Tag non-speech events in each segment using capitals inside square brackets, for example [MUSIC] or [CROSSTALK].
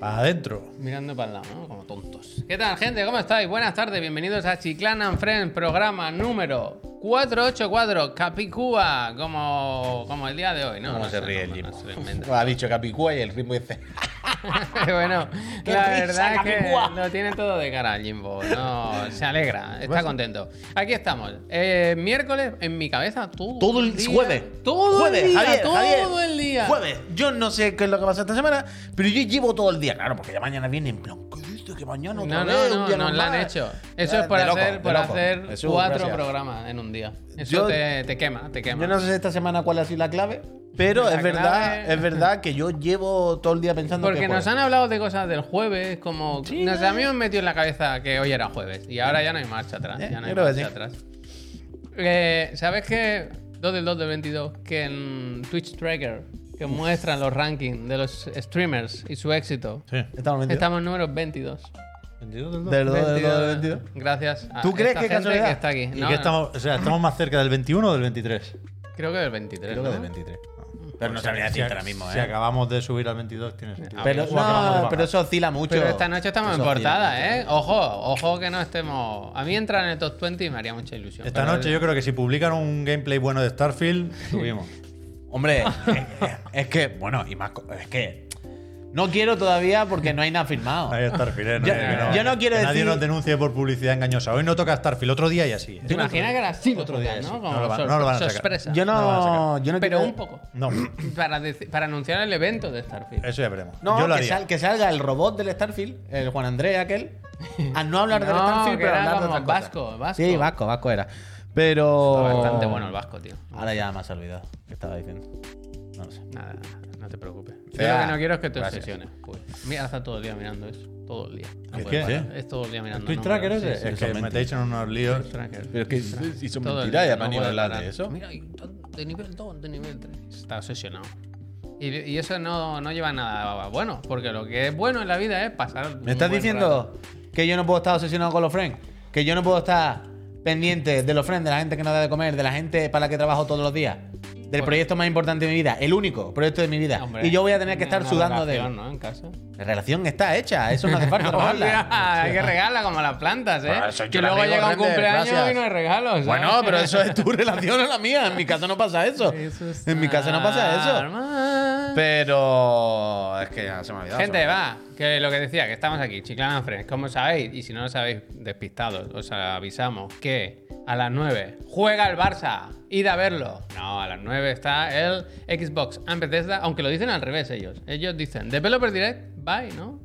Para adentro. Mirando para el lado, ¿no? Como tontos. ¿Qué tal, gente? ¿Cómo estáis? Buenas tardes, bienvenidos a Chiclan and Friends, programa número 484, Capicúa, como, como el día de hoy, ¿no? ¿Cómo No se sé, ritmo? ríe no, el no, Jimbo? se lo inventa. Lo ha dicho Capicúa y el ritmo dice. [LAUGHS] bueno, [LAUGHS] Qué la risa, verdad es que Capicúa. lo tiene todo de cara [LAUGHS] Jimbo. No, se alegra, Pues está contento. Aquí estamos. Eh, miércoles en mi cabeza [LAUGHS] todo, Todo el día, jueves. Todo jueves, el día, Javier, todo Javier. el día. Jueves. Yo no sé qué es lo que pasa esta semana, pero yo llevo todo el día, claro, porque ya mañana viene en plan, ¿qué dices? Que mañana No, otra no, vez, un no, día nos la han normal. hecho. Eso Ya, es por de loco, hacer, de por loco. hacer Jesús, cuatro gracias. programas en un día. Eso Yo- te, te quema, te quema. Yo no sé esta semana cuál ha sido la clave, pero La es verdad, clave- es verdad que yo llevo todo el día pensando Porque que nos jueves. han hablado de cosas del jueves, como Sí, nos, ¿no? a mí me han metido en la cabeza que hoy era jueves y ahora ya no hay marcha atrás. Eh, Ya no hay creo que marcha sí. atrás. Eh, ¿Sabes qué? 2 del 2 del 22, que en Twitch Tracker, que muestran los rankings de los streamers y su éxito, Estamos metidos. estamos en números 22. Del 2 del 2 del 22. Gracias a ¿Tú crees esta que gente casualidad? que está aquí. ¿Y No, que no, estamos, o sea, estamos más cerca del 21 o del 23? Creo que del 23. Creo que ¿no? del 23. Pero no O sea, sabría si decirte ac- ahora mismo, Si ¿eh? acabamos de subir al 22, tiene sentido. Pero, O acabamos de no, bajar. pero eso oscila mucho. Pero esta noche estamos Eso en oscila mucho. portada, ¿eh? Ojo, ojo que no estemos. A mí entrar en el top 20 me haría mucha ilusión. Esta Pero noche yo creo que si publican un gameplay bueno de Starfield, subimos. Hombre, es- es que, bueno, y más. co- Es que. No quiero todavía porque no hay nada firmado. Ahí [LAUGHS] Starfield, ¿eh? Yo- que yo no quiero que decir- Nadie nos denuncie por publicidad engañosa. Hoy no toca Starfield, otro día y así. ¿eh? ¿Te imaginas que era así Otro otro día, día, sí. no? No Como lo van- sor- no lo van a sacar. sorpresa. Yo No lo van a no. sacar. Yo no Pero quiero- un poco. No, Para, deci- para anunciar el evento de Starfield. eso ya veremos. No, yo lo que, haría. sal- que salga el robot del Starfield, el Juan Andrés aquel, a no hablar del No, Starfield, que pero era hablar de como otras cosas. vasco, vasco. Sí, vasco, vasco era. Pero. Está Bastante bueno el Vasco, tío. Ahora ya me has olvidado que estaba diciendo. No lo sé. Nada, no te preocupes. Yo Fea. lo que no quiero es que te Gracias. obsesiones. Uy, Mira, está todo el día mirando eso. Todo el día. No ¿Qué? puedo parar. ¿Sí? Es todo el día mirando. ¿Twitch números, Tracker sí, ese? sí, Es sí. que me metéis en unos líos. Tracker. Pero es que hizo Todo el mentira, día, ya para ni puedo hablar parar. de eso. Mira, y tan- de nivel 2, de nivel 3. Está obsesionado. Y, y eso no, no lleva a nada bueno, porque lo que es bueno en la vida es pasar. un ¿Me estás buen rato. diciendo que yo no puedo estar obsesionado con los friends? Que yo no puedo estar pendiente de los friends, de la gente que nos da de comer, de la gente para la que trabajo todos los días. Del proyecto más importante de mi vida, el único proyecto de mi vida. Hombre, y yo voy a tener que estar una sudando de relación, él. ¿no? En casa. La relación está hecha, eso no hace [LAUGHS] falta regalarla. Hostia, hay que regalarla como las plantas, ¿eh? Para Ah, eso yo que la luego riego, llega un Render, cumpleaños gracias. y no hay regalos. ¿eh? ¿sabes? Bueno, pero eso es tu relación, no la mía. En mi casa no pasa eso. [LAUGHS] Eso está En mi casa no pasa eso. mal. Pero es que ya se me ha olvidado. Gente, va, que lo que decía, que estamos aquí, Chiclana Friends, como sabéis, y si no lo sabéis, despistados, os avisamos que a las 9 juega el Barça, id a verlo. No, a las 9 está el Xbox and Bethesda, aunque lo dicen al revés ellos. Ellos dicen, Developer Direct, bye, ¿no?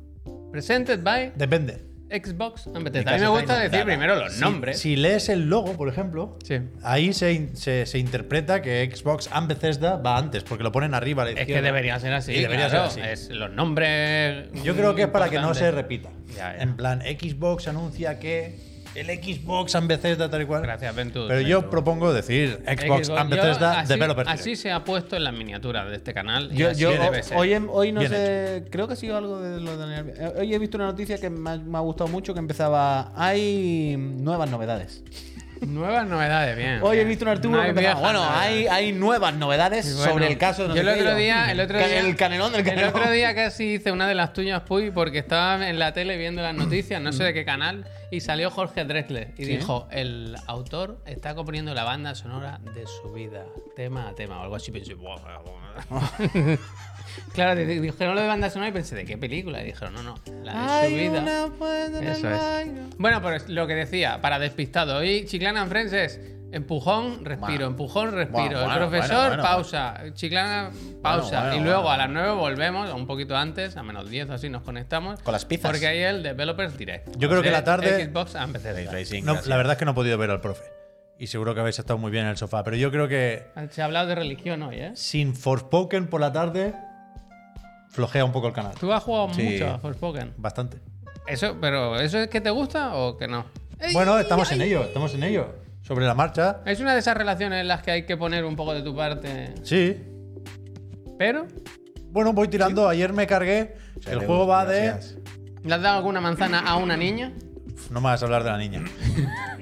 Presented by Depende. Xbox and Mi Bethesda. A casa mí me está gusta decir inundada. primero los nombres. Si lees el logo, por ejemplo, Sí. ahí se, in- se, se interpreta que Xbox and Bethesda va antes, porque lo ponen arriba a la Es que izquierda. debería ser así. Y debería claro, ser así. es los nombres. Yo creo que es para que no se importantes. repita. Ya, ya. En plan, Xbox anuncia que el Xbox and Bethesda tal y cual. Gracias, Ventus. Pero yo Ventus. propongo decir Xbox, Xbox. and Yo- Bethesda así, Developer Así Direct. se ha puesto en las miniaturas de este canal. y Yo, así yo- debe ser. hoy, hoy no Bien sé, creo que ha sido algo de lo de Daniel Alves. Eh, Hoy he visto una noticia que me ha, me ha gustado mucho que empezaba, hay nuevas novedades. Nuevas novedades, bien. Hoy he bien. visto un artículo No que hay empezaba, viejas bueno, novedades. hay, hay nuevas novedades Y bueno, sobre el caso de no yo sé el qué". otro día, el otro Ca- día, El canelón del el canelón. [LAUGHS] otro día casi hice una de las tuyas, Puy, porque estaba en la tele viendo las noticias, no sé de qué canal, y salió Jorge Drexler y dijo, el autor está componiendo la banda sonora de su vida, tema a tema, o algo así. Pensé, "Buah, buah, [LAUGHS] buah". claro, di- di- dijeron lo de banda sonora y pensé, ¿de qué película? Y dijeron, no, no, la de su Hay vida. una puerta en el Eso es. baño. Bueno, pues lo que decía, para despistado. Hoy Chiclana and Friends es empujón, respiro, Bueno. empujón, respiro. Bueno, bueno, el profesor, bueno, bueno. pausa. Chiclana, pausa. bueno, y luego bueno. a las 9 volvemos, un poquito antes, a menos 10 o así nos conectamos. Con las pizzas. Porque hay el Developers Direct. Yo creo que la tarde- Xbox and Bethesda. Ray Tracing, No, gracias. la verdad es que no he podido ver al profe. Y seguro que habéis estado muy bien en el sofá. Pero yo creo que Se ha hablado de religión hoy, ¿eh? sin Forspoken por la tarde, flojea un poco el canal. Tú has jugado Sí. mucho a Forspoken. Bastante. Eso, pero ¿eso es que te gusta o que no? Bueno, estamos en ello, estamos en ello. Sobre la marcha, Es una de esas relaciones en las que hay que poner un poco de tu parte. sí. Pero, Bueno, voy tirando. Ayer me cargué. El Salud, juego va gracias. de. ¿le has dado alguna manzana a una niña? Uf, No me vas a hablar de [LAUGHS] la niña.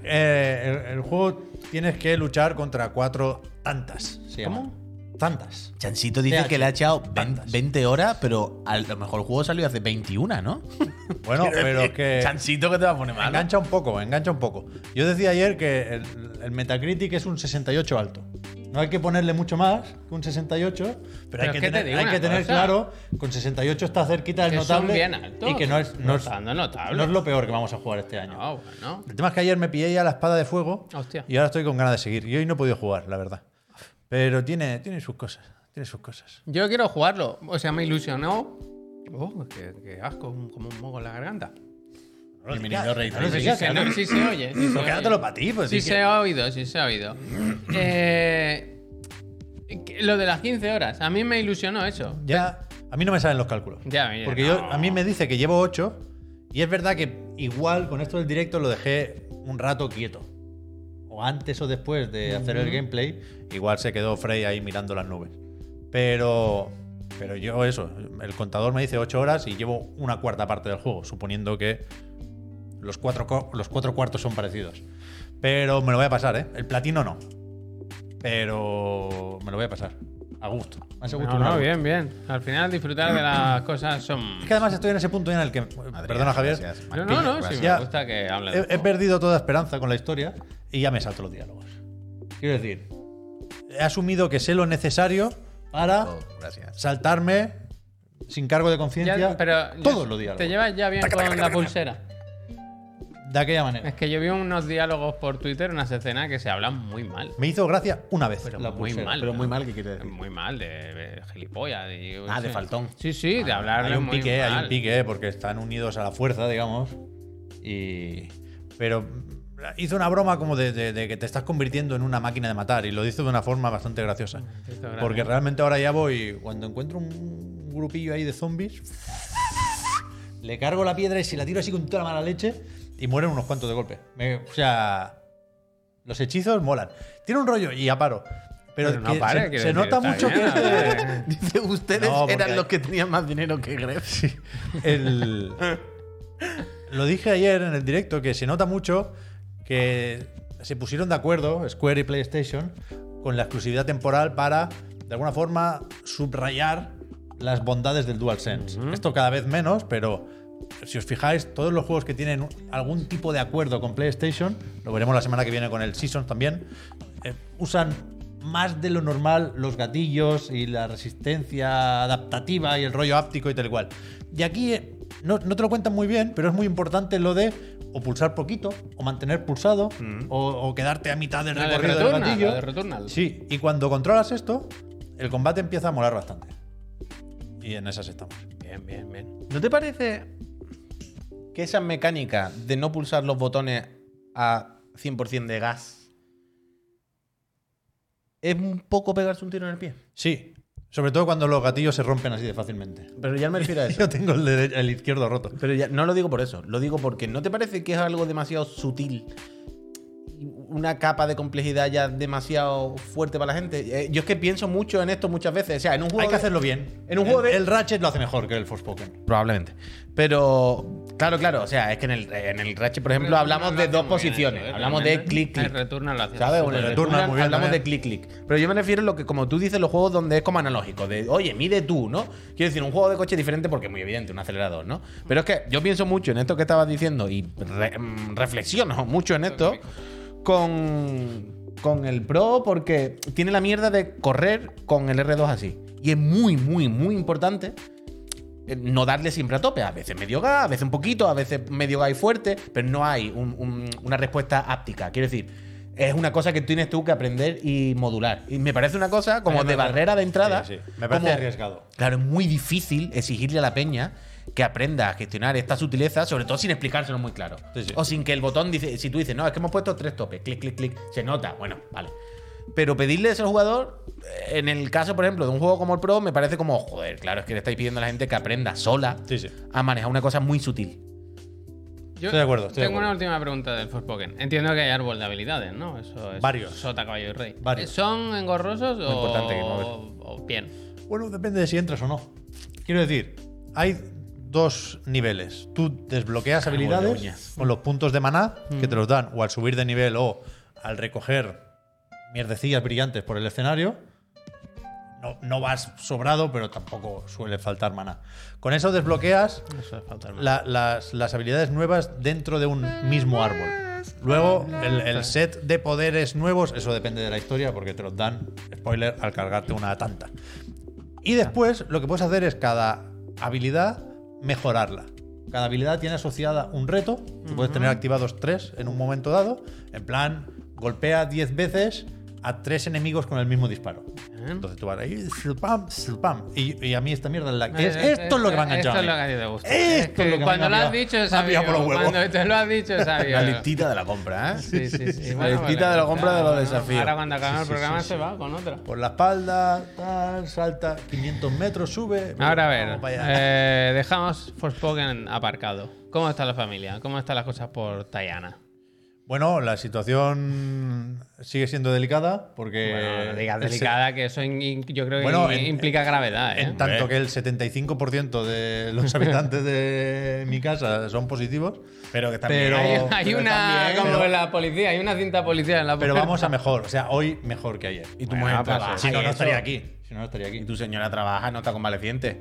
Eh, el, el juego tienes que luchar contra cuatro tantas. Sí, ¿Cómo? bueno. Tantas. Chancito dice TH, que le ha echado vein- tantas. 20 horas, pero a lo mejor el juego salió hace 21, [LAUGHS] ¿no? Bueno, pero es que. Chancito que te va a poner Me mal. engancha un poco, me engancha un poco. Yo decía ayer que el, el Metacritic es un 68 alto. No hay que ponerle mucho más que un 68, pero, hay es que, que te tener, digo hay una que tener cosa. claro, con 68 está cerquita del Que son notable bien altos. y que no es, no, es, Notando notable. no es lo peor que vamos a jugar este año. No, bueno. El tema es que ayer me pillé ya la espada de fuego Hostia. y ahora estoy con ganas de seguir. Y hoy no he podido jugar, la verdad. Pero tiene, tiene sus cosas, tiene sus cosas. Yo quiero jugarlo. O sea, me ilusionó. Oh, qué, qué asco, un- como un mogo en la garganta. Bienvenido, Rey. Claro, Sí, sí, sí, sí, no, sí se oye. sí se Pero oye. quédatelo para ti, pues. Sí es que- se ha oído, sí se ha oído. Eh, que- lo de las 15 horas, a mí me ilusionó eso. Ya, a mí no me salen los cálculos. Ya, mira, porque yo, no. a mí me dice que llevo 8 y es verdad que igual con esto del directo lo dejé un rato quieto. O antes o después de hacer el gameplay, igual se quedó Frey ahí mirando las nubes. Pero pero yo eso, el contador me dice 8 horas y llevo una cuarta parte del juego, suponiendo que los cuatro, co- los cuatro cuartos son parecidos. Pero me lo voy a pasar, ¿eh? El platino no. Pero me lo voy a pasar. A gusto. Más a No, gusto que a no, gusto. bien, bien. Al final disfrutar de [CLEARS THROAT] las cosas son... Es que además estoy en ese punto ya en el que. perdona, Javier. gracias. No, no, no, sí, Gracias. me Ya. gusta que hable de He, he perdido toda esperanza con la historia y ya me salto los diálogos. Quiero decir, he asumido que sé lo necesario para Oh, gracias. saltarme sin cargo de conciencia pero todos ya- los diálogos. Te llevas ya bien con la pulsera. De aquella manera. Es que yo vi unos diálogos por Twitter, unas escenas que se hablan muy mal. Me hizo gracia una vez. Pero la muy pulsera. mal. Pero muy mal, ¿qué quiere decir? Muy mal, de, de gilipollas. de- yo qué Ah, de sé. faltón. Sí, sí, de hablar Hay un muy pique, hay mal. un pique, porque están unidos a la fuerza, digamos. Y. Pero mm, hizo una broma como de, de- de que te estás convirtiendo en una máquina de matar y lo hizo de una forma bastante graciosa. hizo gracia. Porque realmente ahora ya voy, cuando encuentro un grupillo ahí de zombies, le cargo la piedra y si la tiro así con toda la mala leche y mueren unos cuantos de golpe. Me- o sea, los hechizos molan. Tiene un rollo y ya paro. Pero, Pero no que pare, se- se, quiero decir, nota está mucho bien, [LAUGHS] que... eh. [LAUGHS] Dice, ustedes No, porque eran hay- los que tenían más dinero que Gref. El- lo dije ayer en el directo que se nota mucho que se pusieron de acuerdo Square y PlayStation con la exclusividad temporal para, de alguna forma, subrayar las bondades del DualSense. Esto cada vez menos, pero si os fijáis, todos los juegos que tienen un- algún tipo de acuerdo con PlayStation, lo veremos la semana que viene con el Seasons también, eh, usan más de lo normal los gatillos y la resistencia adaptativa y el rollo áptico y tal y cual. Y aquí eh, no, no te lo cuentan muy bien, pero es muy importante lo de o pulsar poquito, o mantener pulsado, Mm. o, o quedarte a mitad del La de recorrido del Returnal, gatillo. la de Returnal. sí, y cuando controlas esto, el combate empieza a molar bastante. Y en esas estamos. Bien, bien, bien. ¿No te parece que esa mecánica de no pulsar los botones a 100% de gas es un poco pegarse un tiro en el pie? Sí, sobre todo cuando los gatillos se rompen así de fácilmente. [LAUGHS] Pero ya me refiero a [LAUGHS] eso. Yo tengo el, dere- el izquierdo roto. Pero ya, no lo digo por eso, lo digo porque no te parece que es algo demasiado sutil, una capa de complejidad ya demasiado fuerte para la gente. Eh, yo es que pienso mucho en esto muchas veces, o sea, en un juego Hay que de- hacerlo bien. en un juego el, de- el Ratchet lo hace mejor que el Forspoken. Probablemente. Pero, claro, claro, o sea, es que en el, en el Ratchet, por ejemplo, hablamos de dos posiciones. ¿eh? hablamos de El clic-clic. Returnal lo hacía ¿Sabes? súper En el bien. Returnal Returnal muy bien hablamos también. de clic-clic. Pero yo me refiero a lo que, como tú dices, los juegos donde es como analógico. De, oye, mide tú, ¿no? Quiero decir, un juego de coche diferente porque es muy evidente, un acelerador, ¿no? Pero es que yo pienso mucho en esto que estabas diciendo y re- mm, reflexiono mucho en esto con, con el Pro porque tiene la mierda de correr con el R2 así. Y es muy, muy, muy importante eh, no darle siempre a tope. A veces medio gas, a veces un poquito, a veces medio gas y fuerte, pero no hay un- un- una respuesta áptica. Quiero decir, es una cosa que tienes tú que aprender y modular. Y me parece una cosa como A mí me de parece- barrera de entrada. Sí, sí. Me parece como- arriesgado. Claro, es muy difícil exigirle a la peña que aprenda a gestionar esta sutileza, sobre todo sin explicárselo muy claro. Sí, sí. O sin que el botón dice, si tú dices, no, es que hemos puesto tres topes, clic, clic, clic, se nota, bueno, vale. Pero pedirle eso al jugador, eh, en el caso, por ejemplo, de un juego como el Pro, me parece como, joder, claro, es que le estáis pidiendo a la gente que aprenda sola Sí, sí. a manejar una cosa muy sutil. Yo Estoy de acuerdo, estoy de tengo acuerdo. una última pregunta del Forspoken. Entiendo que hay árbol de habilidades, ¿no? Eso es Varios. Sota, caballo y rey. Varios. ¿Son engorrosos o, importante que mover. o bien? Bueno, depende de si entras o no. Quiero decir, hay dos niveles. Tú desbloqueas Árbol de habilidades uñas. con los puntos de maná que te los dan o al subir de nivel o al recoger mierdecillas brillantes por el escenario. no, no vas sobrado, pero tampoco suele faltar maná. Con eso desbloqueas la- las, las habilidades nuevas dentro de un mismo árbol. Luego, el, el set de poderes nuevos, eso depende de la historia, porque te los dan, spoiler, al cargarte una tanta. Y después lo que puedes hacer es cada habilidad mejorarla. Cada habilidad tiene asociada un reto, que puedes tener activados tres en un momento dado. En plan, golpea 10 veces a tres enemigos con el mismo disparo. Entonces tú vas ahí, pam, pam. Y, y a mí esta mierda es la que. es- esto es lo que me ha enganchado. Eh, Esto es lo que a a mí. ti te gusta. Esto Es que es lo que cuando me lo ha has dicho es me ha pillado sabio. por los huevos. Cuando te lo has dicho es sabio. La listita de la compra, ¿eh? Sí, sí, sí. La Bueno, listita pues de la compra de los ¿no? desafíos. Ahora cuando acabemos el programa se va con otra. Por la espalda, tal, salta 500 metros, sube. Ahora a vamos ver, para allá. eh, dejamos Forspoken aparcado. ¿Cómo está la familia? ¿Cómo están las cosas por Tayana? Bueno, la situación sigue siendo delicada porque. Bueno, no digas el se- delicada, que eso in- in- yo creo que Bueno, Eh, in- en- implica gravedad, ¿eh? En tanto que el 75% de [LAUGHS] los habitantes de mi casa son positivos, Pero que Pero- hay bien. hay Pero una, también- como pero- en la policía, hay una cinta policía en la pero puerta. vamos a mejor. O sea, hoy mejor que ayer. Y tu Bueno, mujer "Ah, pues, trabaja. Si no, no eso. estaría aquí. Si no, no estaría Y aquí. tu señora trabaja, no está convaleciente.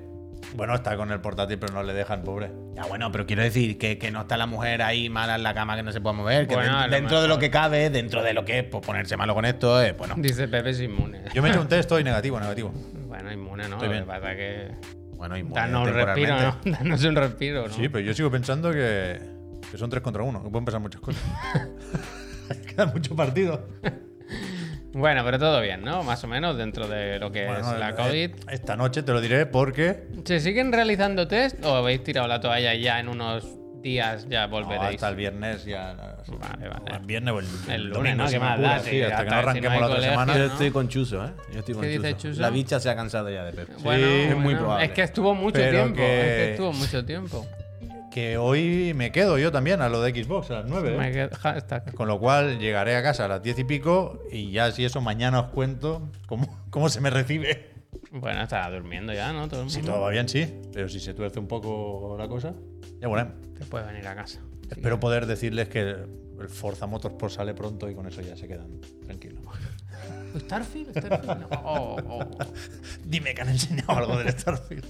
Bueno, está con el portátil, pero no le dejan, pobre. Ya bueno, pero quiero decir que, que no está la mujer ahí mala en la cama que no se puede mover, que Bueno, den- a lo dentro de lo que cabe, dentro de lo que es pues, ponerse malo con esto, es bueno. Dice Pepe es inmune. Yo me he hecho un test hoy negativo, negativo. Bueno, inmune, ¿no? Estoy bien. Lo que pasa que. Bueno, y muere Danos un respiro, temporalmente. ¿no? [LAUGHS] Danos un respiro, ¿no? Sí, pero yo sigo pensando que, que son 3 contra 1, que pueden pasar muchas cosas. [LAUGHS] Pues Quedan muchos partidos. Bueno, pero todo bien, ¿no? Más o menos dentro de lo que Bueno, es eh, Pues la COVID. Esta noche te lo diré porque ¿Se siguen realizando test o habéis tirado la toalla y ya en unos días ya no, volveréis? hasta el viernes ya. Vale, vale. El viernes o el, El lunes, domingo, ¿no? si ¿Qué me más apura, da? sí, Sí, hasta ya está, que no si no arranquemos hay la otra colegio, semana. ¿no? Yo estoy con Chuso, ¿eh? Yo estoy con ¿Qué dice Chuso. Chuso? La bicha se ha cansado ya de Pep. Bueno, es muy bueno, probable. Es que estuvo mucho Pero tiempo. Es que- que estuvo mucho tiempo. Que hoy me quedo yo también a lo de Xbox a las 9. Me quedo- hashtag. Con lo cual llegaré a casa a las 10 y pico y ya si eso mañana os cuento cómo, cómo se me recibe. Bueno, estaba durmiendo ya, ¿no? Todo el Si mundo. todo va bien, sí. Pero si se tuerce un poco la cosa, ya bueno. Te puedes venir a casa. Espero poder decirles que el Forza Motorsport sale pronto y con eso ya se quedan [LAUGHS] tranquilos. ¿Starfield? ¿Starfield? No. Oh, oh. Dime que han enseñado algo del Starfield.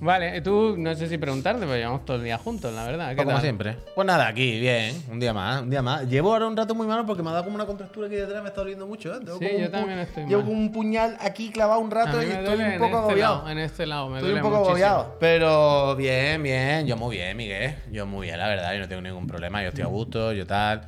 Vale, tú no sé si preguntarte, pero llevamos todo el día juntos, la verdad. ¿Qué Como tal? siempre. Pues nada, aquí, bien. Un día más, un día más. Llevo ahora un rato muy malo porque me ha dado como una contractura aquí detrás, me está doliendo mucho, ¿eh? Tengo Sí, como un yo pu- también estoy Llevo mal. como un puñal aquí clavado un A rato mí y me estoy duele un en poco este agobiado. lado, en este lado me Estoy duele un poco muchísimo. agobiado. Pero bien, bien. Yo muy bien, Miguel. Yo muy bien, la verdad. Yo no tengo ningún problema. Yo estoy a gusto, yo tal.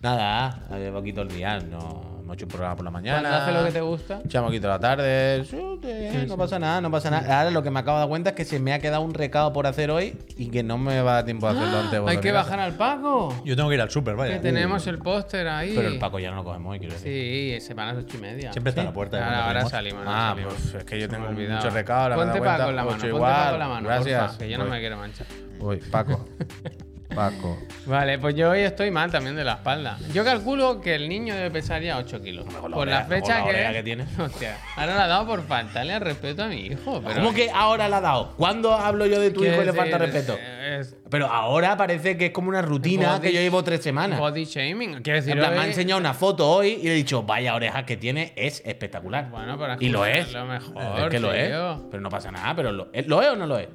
Nada, eh, llevo aquí todo el día. No, hemos hecho un programa por la mañana. Cuando haces lo que te gusta. Echamos aquí toda la tarde. Sí, estoy bien, no pasa nada, no pasa nada. Ahora lo que me acabo de dar cuenta es que se me ha quedado un recado por hacer hoy y que no me va a dar tiempo de hacerlo antes. de volver Hay a que mi casa. bajar al Paco. Yo tengo que ir al super, Que vaya. tenemos el póster ahí. Pero el Paco ya no lo cogemos hoy, quiero decir. Sí, semanas ocho y media. Siempre está Sí. a la puerta de Ahora, cuando ahora salimos. salimos. ahora Ah, salimos. pues es que yo Se me tengo ha olvidado. muchos recados. ahora me he Ponte dado Paco cuenta. en la mano. Ocho Ponte igual. Paco en la mano. Gracias. porfa, que yo no Voy. me quiero manchar. Voy, [LAUGHS] Paco. Paco. Vale, pues yo hoy estoy mal también de la espalda. Yo calculo que el niño debe pesar ya 8 kilos. mejor la por oreja, la fecha mejor la oreja que, que tiene. [LAUGHS] Hostia, ahora la ha dado por faltarle al respeto a mi hijo. Pero ¿Cómo que ahora la ha dado? ¿Cuándo hablo yo de tu hijo y le falta respeto? eh, Es Pero ahora parece que es como una rutina Body- que yo llevo tres semanas. body shaming. Quiero decir, En plan, hoy- me ha enseñado una foto hoy y le he dicho, vaya oreja que tiene, es espectacular. Bueno, pero es y lo que es. es lo mejor, es que lo es. tío. Pero no pasa nada, pero lo, ¿eh? ¿lo es o no lo es.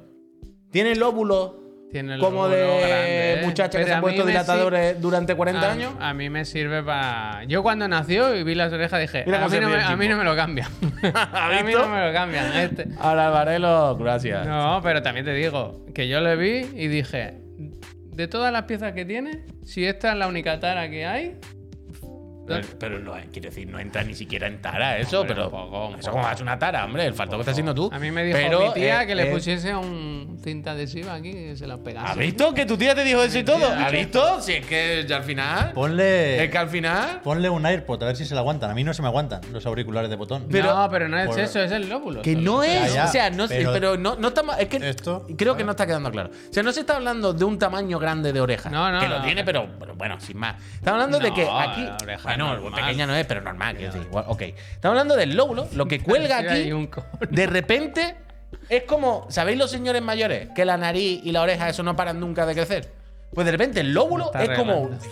Tiene el óvulo Tiene el como de óvulo grande, ¿eh? muchachas Pero que se han a mí puesto me Ah. dilatadores durante 40 a- años. A mí me sirve para. Yo cuando nació y vi las orejas dije, Mira a, cómo mí se no ríe me, el a mí tipo. no me [LAUGHS] lo cambian. [LAUGHS] a mí visto? no me lo cambian. Este. Ahora, Alvarelo, gracias. No, pero también te digo que yo le vi y dije, de todas las piezas que tiene, si esta es la única tara que hay, Pero, pero no, es- quiero decir, no entra ni siquiera en tara eso, Hombre, pero. un poco, un eso poco. como hace una tara, hombre, el faltó que estás haciendo tú. a mí me dijo Pero, mi tía eh, que le eh, pusiese un cinta adhesiva aquí y se la pegase. ¿Has visto que tu tía te dijo eso y todo? tía. Pues, ¿Has visto? Si es que ya al final. Ponle. Es que al final. Ponle un AirPod, a ver si se la aguantan. A mí no se me aguantan los auriculares de botón. no, pero no es por- eso, es el lóbulo. Que solo. no Ya, es. ya, o sea, no, pero- pero, no, no estamos. Es que. Esto, creo que no está quedando claro. O sea, no se está hablando de un tamaño grande de oreja. No, no, Que lo no. tiene, pero, pero bueno, sin más. Está hablando de No, que aquí. la oreja bueno, normal. pequeña no es, pero normal. quiero decir, igual, ok. Está hablando del lóbulo, lo [LAUGHS] que [LAUGHS] cuelga Sí, hay aquí. un cono. [LAUGHS] De repente. Es como. ¿Sabéis los señores mayores? Que la nariz y la oreja, eso no paran nunca de crecer. Pues de repente el lóbulo Está es como. arreglando.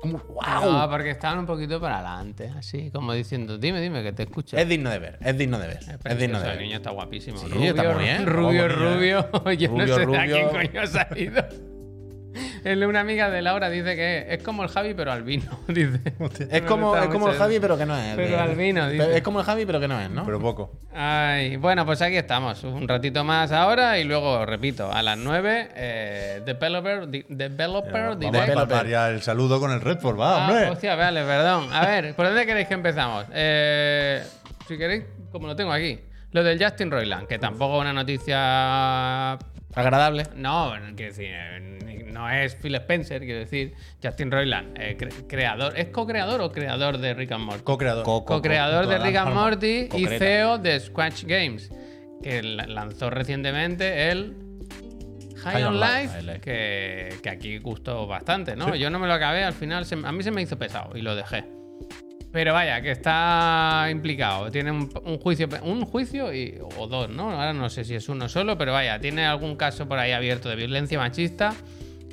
Como, ¡Wow! Ah, No, porque estaban un poquito para adelante, así como diciendo, dime, dime, que te escucho. Es digno de ver, es digno de ver. Es digno de El niño ver. está guapísimo. Sí, rubio, está muy bien. [LAUGHS] Rubio, Vamos, niño, rubio. [LAUGHS] Yo no Rubio, sé de a rubio. quién coño ha salido. [LAUGHS] Es de una amiga de Laura, dice que es, es como el Javi, pero albino. [LAUGHS] Dice. Es como, es como el Javi, pero que no es. Pero al vino, Pero dice. Es como el Javi, pero que no es, ¿no? Pero poco. Ay, bueno, pues aquí estamos. Un ratito más ahora y luego, repito, a las 9, eh, Developer, di- developer Vamos Direct. a Developer. palpar ya el saludo con el Redford, va, Ah, hombre. hostia, vale, perdón. A ver, ¿por dónde queréis que empezamos? Eh, si queréis, como lo tengo aquí, lo del Justin Roiland, que tampoco es una noticia Agradable. no, quiero decir, eh, no es Phil Spencer, quiero decir, Justin Roiland, eh, cre- creador, ¿es co-creador o creador de Rick and Morty? Co-creador. Co-creador de toda la Rick and palma. Morty y Concreta. CEO de Squatch Games, que la- lanzó recientemente el High, High on, on Life, Life, High Life. Que, que aquí gustó bastante, ¿no? Yo no me lo acabé, al final se- a mí se me hizo pesado y lo dejé. Pero vaya, que está implicado. Tiene un, un juicio, un juicio y, o dos, ¿no? Ahora no sé si es uno solo, pero vaya, tiene algún caso por ahí abierto de violencia machista.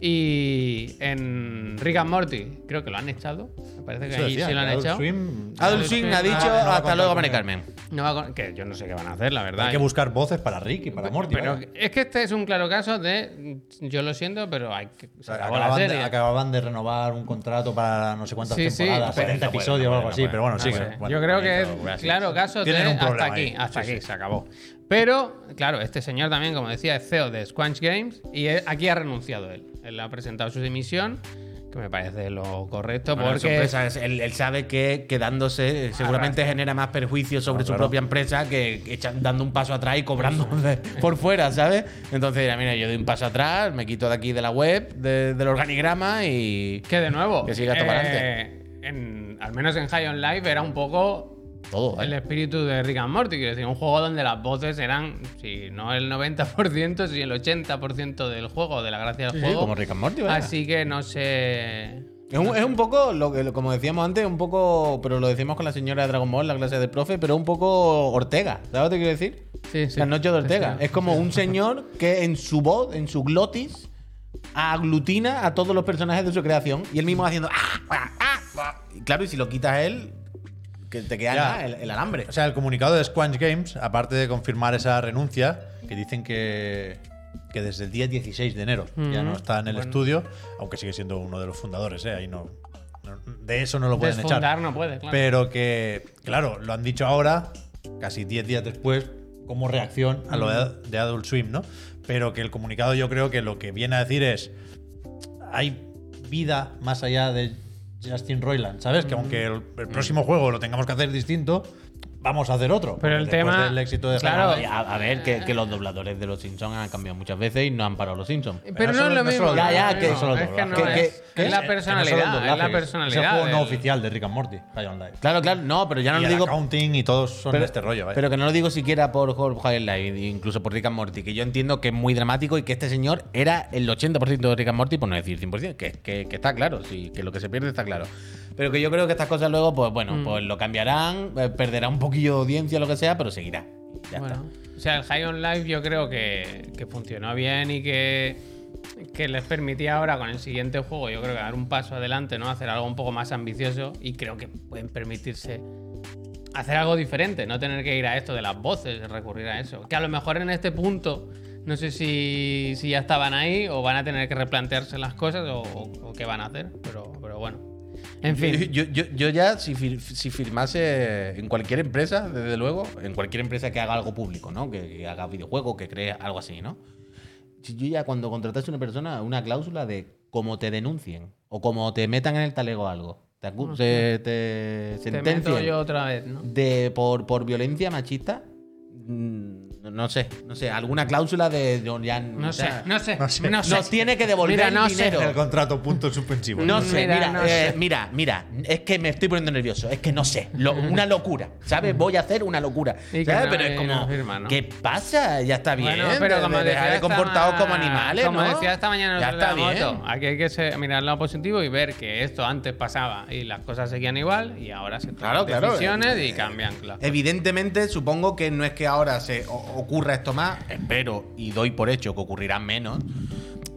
Y en Rick and Morty, creo que lo han echado. Me parece que Eso allí decía, sí lo han Ah, que Adult echado. Swim- Adult Swim ha dicho ah, no, no, hasta no, luego, no, Mari no. Carmen. No va con- que yo no sé qué van a hacer, la verdad. Hay que buscar voces para Rick y para Morty. pero vaya. es que este es un claro caso de. Yo lo siento, pero hay que. Se acabó la acababan, de, serie. acababan de renovar un contrato para no sé cuántas Sí, sí, temporadas, pero 70 no puede, episodios no o puede, algo no así, puede. pero bueno, No sí. sé. que- bueno, Yo creo que bonito, es gracias. claro caso de Tienen un hasta problema aquí, ahí. hasta Sí, aquí, sí. se acabó. Pero, claro, este señor también, como decía, es CEO de Squanch Games y él- aquí ha renunciado él. Él ha presentado su dimisión, que me parece lo correcto Bueno, su porque... empresa es- él, él sabe que quedándose eh, seguramente genera más perjuicio sobre su propia empresa que echan- dando un paso atrás y cobrando [LAUGHS] de- por fuera, ¿sabes? Entonces dirá, mira, yo doy un paso atrás, me quito de aquí de la web, de- del organigrama y Que de nuevo, eh, Que siga hasta para adelante. en- al menos en High on Life era un poco todo. el ¿vale? espíritu de Rick and Morty, quiero decir, un juego donde las voces eran, si no el 90%, si el 80% del juego, de la gracia del Sí, juego. como Rick and Morty, vaya. Así que no sé... Es un, es un poco, lo que, lo- como decíamos antes, un poco, pero lo decimos con la señora de Dragon Ball, la clase del profe, pero un poco Ortega, ¿sabes lo que quiero decir? Sí, Este, sí. La noche de Ortega. Sí, sí. Es como un señor que en su voz, en su glotis, aglutina a todos los personajes de su creación y él mismo haciendo... "Ah, ah, ah, ah". Y claro, y si lo quitas a él, que te queda Ya. nada, el, el alambre. O sea, el comunicado de Squanch Games, aparte de confirmar esa renuncia, que dicen que, que desde el día 16 de enero ya Mm. no está en el estudio, aunque sigue siendo uno de los fundadores, ¿eh? ahí no, no- de eso no lo pueden Desfondar echar. no puede, claro. Pero que, claro, lo han dicho ahora, casi 10 días después, como reacción a lo de, de Adult Swim, ¿no? Pero que el comunicado yo creo que lo que viene a decir es, hay vida más allá de Justin Roiland, ¿sabes? Que aunque el, Mm. el próximo juego lo tengamos que hacer distinto, vamos a hacer otro. Pero el Porque después tema- del éxito de claro, Hannah- A, a ver, que, que los dobladores de los Simpsons han cambiado muchas veces y no han parado los Simpsons. Pero no eso es no- lo no mismo. solo- ya, no es ya, lo que- mismo. solo es que no doblaje. Que- es. que- es que la no solo el personalidad, es la doblaje, Es personalidad. eh. el juego no del- oficial de Rick and Morty, High on Life. Claro, claro, no, pero ya no y lo el digo... accounting y todos son de este rollo, ¿vaya? Pero que no lo digo siquiera por Horror Highland Live, incluso por Rick and Morty, que yo entiendo que es muy dramático y que este señor era el 80% de Rick and Morty, por no decir 100%, que, que, que está claro, sí, que lo que se pierde está claro. Pero que yo creo que estas cosas luego, pues bueno, pues lo cambiarán, eh, perderá un poquillo de audiencia, lo que sea, pero seguirá. Ya está. Bueno, o sea, el High on Life yo creo que, que funcionó bien y que, que les permitía ahora con el siguiente juego, yo creo que dar un paso adelante, ¿no? Hacer algo un poco más ambicioso y creo que pueden permitirse hacer algo diferente, no tener que ir a esto de las voces, recurrir a eso. Que a lo mejor en este punto, no sé si, si ya estaban ahí o van a tener que replantearse las cosas o, o qué van a hacer, pero, pero bueno. En fin. Yo, yo- yo ya, si, fir- si firmase en cualquier empresa, desde luego, en cualquier empresa que haga algo público, ¿no? Que, que haga videojuegos, que cree algo así, ¿no? Si yo ya cuando contratase a una persona, una cláusula de como te denuncien o como te metan en el talego algo, te, acu- se- te Te meto sentencien yo otra vez, ¿no? de, por, por violencia machista, mm, no sé, no sé, alguna cláusula de... yo ya- No o sé, sea, no sé, no sé. no sé. Nos tiene que devolver Mira, el no sé. dinero. el contrato punto [LAUGHS] suspensivo. No sé, Mira, mira, no eh, sé. mira, mira, es que me estoy poniendo nervioso, es que no sé, lo- una locura, ¿sabes? Voy a hacer una locura, Mm. Y que ¿sabes? no, Pero y es como, no firma, ¿no? ¿qué pasa? Ya está bien, Bueno, pero como de, decía dejar de esta comportados ma- como animales, Como ¿no? decía esta mañana ya en la está bien. moto, aquí hay que ser- mirar el lado positivo y ver que esto antes pasaba y las cosas seguían igual y ahora se toman Claro, claro. eh, decisiones y cambian. Claro. Evidentemente, supongo que no es que ahora se o- ocurra esto más, espero y doy por hecho que ocurrirá menos,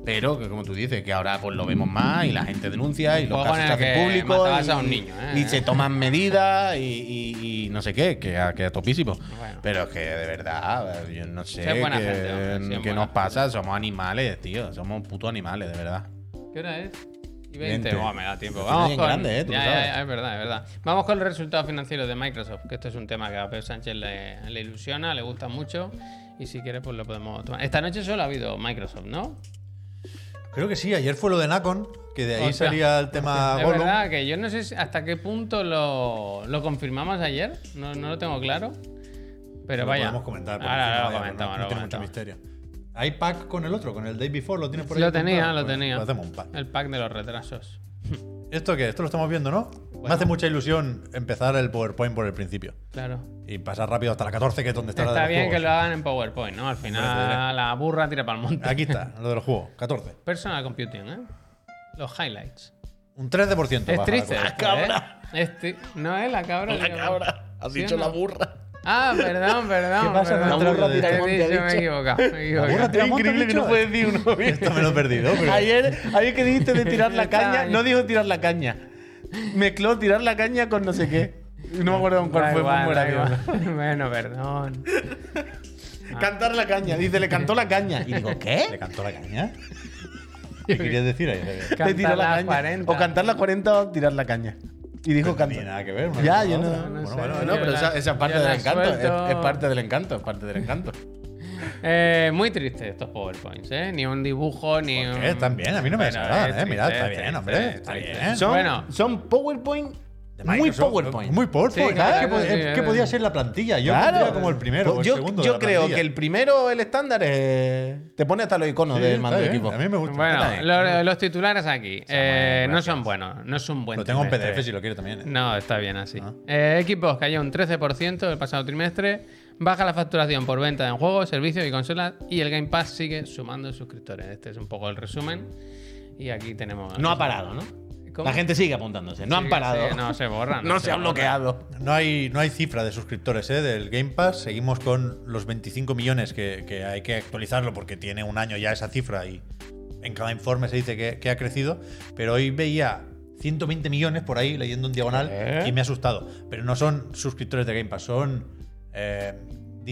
Pero que como tú dices, que ahora pues lo vemos más y la gente denuncia y los Juego casos en se el hacen que públicos. matabas y- a un niño, ¿eh? Y se toman medidas y, y- y no sé qué, que a, que a topísimo. Bueno. Pero es que de verdad, yo no sé Sí, es buena qué- gente, hombre, sí, es qué buena nos gente. pasa. Somos animales, tío. Somos putos animales, de verdad. ¿Qué hora es? eh, Y 20. Veinte. Buah, me da tiempo. Estás Vamos bien con... grande, ¿eh? Tú Ya, lo ya, sabes. ya, es verdad, es verdad. Vamos con los resultados financieros de Microsoft, que esto es un tema que a Pep Sánchez le, le ilusiona, le gusta mucho. Y si quieres, pues lo podemos tomar. Esta noche solo ha habido Microsoft, ¿no? Creo que sí, ayer fue lo de Nacon, que de ahí Hostia. salía el tema es Gollum. verdad que yo no sé si- hasta qué punto lo, lo confirmamos ayer, no, no lo tengo claro. Pero Lo vaya. podemos comentar. por Ahora, encima, ahora lo vaya, comentamos. no, lo no tiene mucho comentamos. misterio. ¿Hay pack con el otro, con el Day Before? ¿Lo tienes por ahí? Lo tenía, comprado? lo Pues tenía. Hacemos un pack. El pack de los retrasos. ¿Esto qué? Esto lo estamos viendo, ¿no? Me hace mucha ilusión empezar el PowerPoint por el principio Claro. y pasar rápido hasta la 14, que es donde está, la de Está los bien que lo juegos. hagan en PowerPoint, ¿no? Al final la burra tira para el monte. Aquí está, lo de los juegos, 14. Personal computing, ¿eh? Los highlights. Un 13%. Es baja triste. cosa. esto, ¿eh? cabra. Es tri- no es la cabra. La tío. cabra. Has ¿Sí o dicho no? la burra. Ah, perdón, perdón. ¿Qué pasa con perdón. el La burra Te tira he al monte, dicho, ha me he dicho. equivocado. me he burra equivocado. tira- Es increíble que no puede decir uno bien. Esto me lo [LAUGHS] he perdido, [LAUGHS] pero- Ayer, ayer que dijiste de tirar la Está caña, bien. no dijo tirar la caña. Mezcló tirar la caña con no sé qué. No me acuerdo con cuál Da fue. fue igual, muy da gracioso. igual. [LAUGHS] Bueno, perdón. Cantar la caña. Dice, le cantó la caña. Y digo, ¿Le ¿qué? cantó [LAUGHS] la caña? ¿Qué querías decir ahí? Le tiró la Cantar las caña. 40. O cantar las 40 o tirar la caña. Y dijo No tiene cantar. nada que ver. una Ya, cosa con yo la no- otra. no Bueno, sé. bueno, No, pero esa, esa es parte Yo la del encanto. Es, suelto. es parte del encanto. Es parte del encanto. Eh, muy triste estos PowerPoints, ¿eh? Ni un dibujo, ni ¿Por un. qué? Eh, Están bien, a mí no me Bueno, desagradan, es ¿eh? Mirad, triste, está es bien, triste, hombre. es Está triste. bien. eh, Son, Bueno. son PowerPoint. De Muy Microsoft, eh, PowerPoint. Muy PowerPoint. Sí, ¿sabes? claro, ¿Qué po- sí, ¿Qué, sí. podía ser la plantilla? Yo Claro. pondría como el primero o el yo segundo. de yo la creo plantilla. que el primero, el estándar, es. Te pone hasta los iconos Sí, del está mando de bien, equipo. A mí me gusta. Bueno, Está bien. lo- los titulares aquí eh, no son buenos, no es un buen lo tengo en trimestre. PDF si lo quiero también. ¿eh? No, está bien así. Ah. Eh, Xbox cayó un 13% el pasado trimestre, baja la facturación por venta en juegos, servicios y consolas y el Game Pass sigue sumando suscriptores. Este es un poco el resumen y aquí tenemos... No ha parado, ¿no? ¿Cómo? La gente sigue apuntándose. No han Sí, parado. sí, no se [LAUGHS] borran. No se han bloqueado. No hay, no hay cifra de suscriptores ¿eh? del Game Pass. Seguimos con los 25 millones que, que hay que actualizarlo porque tiene un año ya esa cifra y en cada informe se dice que, que ha crecido. Pero hoy veía 120 millones por ahí leyendo en diagonal ¿Eh? y me ha asustado. Pero no son suscriptores de Game Pass, son eh,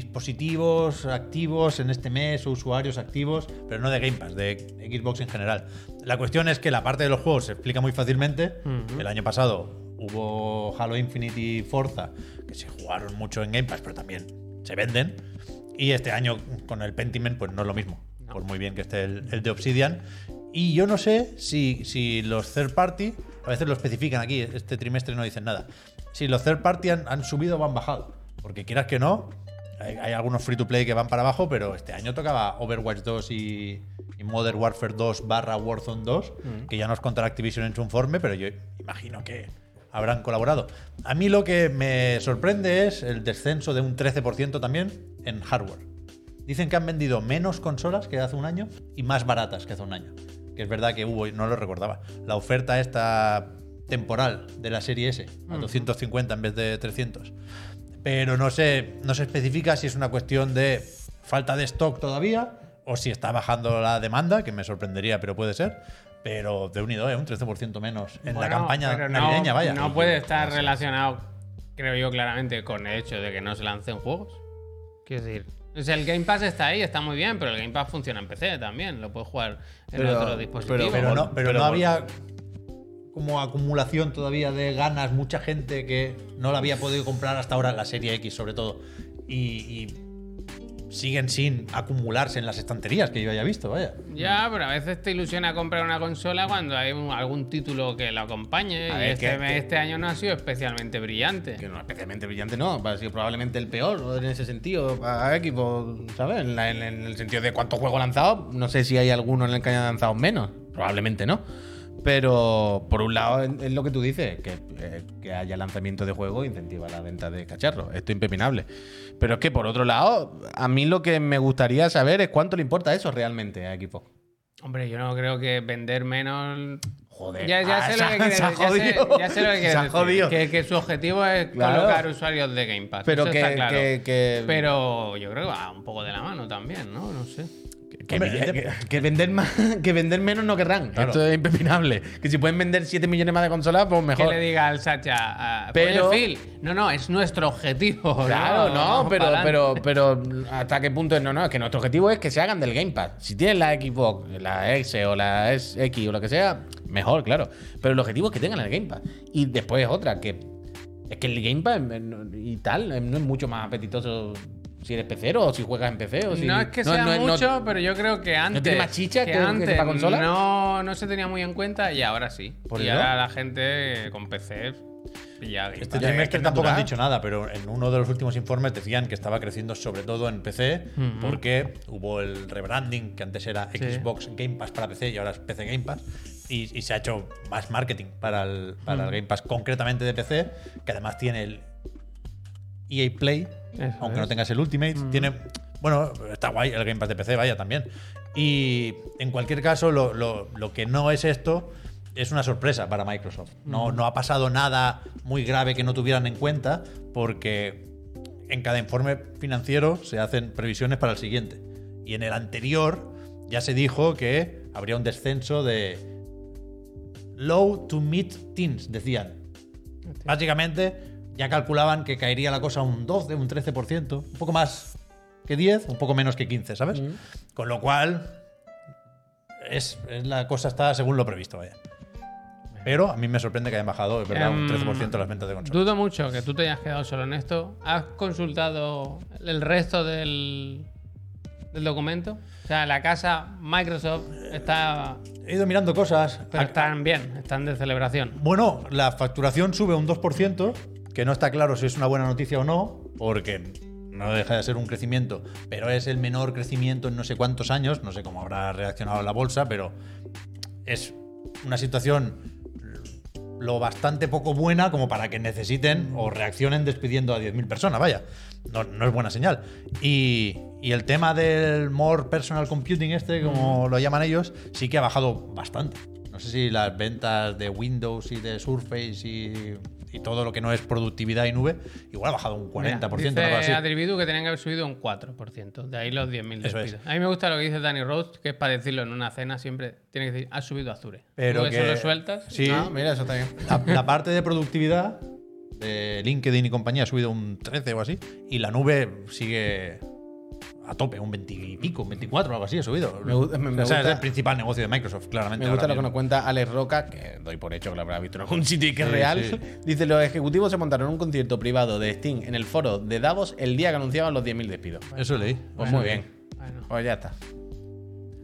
dispositivos activos en este mes o usuarios activos, pero no de Game Pass, de Xbox en general. La cuestión es que la parte de los juegos se explica muy fácilmente. Ujú. El año pasado hubo Halo Infinite y Forza, que se jugaron mucho en Game Pass, pero también se venden. Y este año con el Pentiment, pues no es lo mismo. Por muy bien que esté el, el de Obsidian. Y yo no sé si, si los third party, a veces lo especifican aquí, este trimestre no dicen nada. Si los third party han, han subido o han bajado. Porque quieras que no, hay, hay algunos free to play que van para abajo, pero este año tocaba Overwatch 2 y, y Modern Warfare 2 barra Warzone 2, que ya nos contará Activision en su informe, pero yo imagino que habrán colaborado. A mí lo que me sorprende es el descenso de un 13% también en hardware. Dicen que han vendido menos consolas que hace un año y más baratas que hace un año. Que es verdad que hubo, no lo recordaba, la oferta esta temporal de la serie S, a 250 en vez de 300. Pero no se, no se especifica si es una cuestión de falta de stock todavía o si está bajando la demanda, que me sorprendería, pero puede ser. Pero de unido, ¿eh? un 13% menos en la Bueno, campaña pero no- navideña, vaya. No puede estar relacionado, creo yo claramente, con el hecho de que no se lancen juegos. Quiero decir. O sea, el Game Pass está ahí, está muy bien, pero el Game Pass funciona en PC también. Lo puedes jugar en Pero- otro dispositivo. Pero no, pero Pero no por- había como acumulación todavía de ganas, mucha gente que no la había podido comprar hasta ahora, la serie X sobre todo, y, y siguen sin acumularse en las estanterías que yo haya visto, vaya. Ya, pero a veces te ilusiona comprar una consola cuando hay un- algún título que lo acompañe. A y ver, este, que- que- este año no ha sido especialmente brillante. Que no, especialmente brillante no, ha sido probablemente el peor en ese sentido para equipo, ¿sabes? En, la- en- en el sentido de cuántos juegos lanzados, no sé si hay alguno en el que hayan lanzado menos, probablemente no. Pero por un lado es es lo que tú dices, que, eh, que haya lanzamiento de juegos incentiva la venta de cacharros, esto es impepinable. Pero es que por otro lado, a mí lo que me gustaría saber es cuánto le importa eso realmente a equipo. Hombre, yo no creo que vender menos. Joder, Ya, ya ah, [LAUGHS] se sé lo que ha- quieres se ha ya sé- jodido. ya sé lo que Se quieres ha decir. jodido. Que, que su objetivo es Claro. colocar usuarios de Game Pass. Pero eso que, está claro. que- que- Pero yo creo que va un poco de la mano también, ¿no? No sé. que- Que, Hombre, vende- que- que vender más, [LAUGHS] que vender menos no querrán. Claro. Esto es impepinable. Que si pueden vender 7 millones más de consolas, pues Que mejor. le diga al Sacha, a, Pero- pero Phil, no, no, es nuestro objetivo. Claro, no, Vamos pero, pa'lante. pero, pero hasta qué punto es no, no, es que nuestro objetivo es que se hagan del Gamepad. Si tienes la Xbox, la S o la X o lo que sea, mejor, claro. Pero el objetivo es que tengan el Gamepad. Y después otra, que es que el Gamepad eh, no- y tal eh, no es mucho más apetitoso si eres pecero o si juegas en PC o si No es que sea no es- no- mucho, pero yo creo que antes. tiene más chicha que- que para consola? No, no se tenía muy en cuenta y ahora sí. ¿Por y qué ahora la gente con PC pilla Game Pass. Este Este Ya, es que trimestre no tampoco han dura. dicho nada, pero en uno de los últimos informes decían que estaba creciendo sobre todo en PC, porque hubo el rebranding, que antes era Xbox Game Pass para PC y ahora es PC Game Pass, y, y se ha hecho más marketing para, el, para el Game Pass concretamente de PC, que además tiene el EA Play, Eso aunque es. Mm. no tengas el Ultimate, tiene... Bueno, está guay el Game Pass de PC, vaya también. Y en cualquier caso, lo, lo- lo que no es esto es una sorpresa para Microsoft. No, Mm. no ha pasado nada muy grave que no tuvieran en cuenta, porque en cada informe financiero se hacen previsiones para el siguiente. Y en el anterior ya se dijo que habría un descenso de low to mid teens, decían. Básicamente, ya calculaban que caería la cosa un 12, un 13%, un poco más que 10, un poco menos que 15, ¿sabes? Con lo cual, es, es la cosa está según lo previsto, vaya. Pero a mí me sorprende que hayan bajado, es verdad, Em, un 13% las ventas de consolas. Dudo mucho que tú te hayas quedado solo en esto. ¿Has consultado el resto del, del documento? O sea, la casa Microsoft está. He ido mirando cosas. Pero están bien, están de celebración. Bueno, la facturación sube un 2%, que no está claro si es una buena noticia o no, porque no deja de ser un crecimiento, pero es el menor crecimiento en no sé cuántos años, no sé cómo habrá reaccionado la bolsa, pero es una situación lo bastante poco buena como para que necesiten o reaccionen despidiendo a 10.000 personas, vaya. No, no es buena señal. Y, y el tema del more personal computing este, como lo llaman ellos, sí que ha bajado bastante. No sé si las ventas de Windows y de Surface y, y todo lo que no es productividad y nube, igual ha bajado un 40%. una cosa Dice así. Adribidu que tenían que haber subido un 4%. De ahí los 10.000 Eso es. despidos. A mí me gusta lo que dice Danny Rhodes, que es para decirlo en una cena siempre tiene que decir, ha subido Azure. Pero Tú eso que- lo sueltas. Sí, Ah, mira, eso está bien. La, la parte de productividad de LinkedIn y compañía ha subido un 13 o así, y la nube sigue a tope, un 20 y pico, un 24 o algo así ha subido. Me gu- me- me o sea, gusta- es el principal negocio de Microsoft, claramente. Me gusta ahora lo que nos mismo. cuenta Alex Roca, que doy por hecho que lo habrá visto en algún sitio y que es Sí, real. sí. Dice, los ejecutivos se montaron un concierto privado de Steam en el foro de Davos el día que anunciaban los 10.000 despidos. Pues Eso leí. muy bien. Bueno, Pues ya está.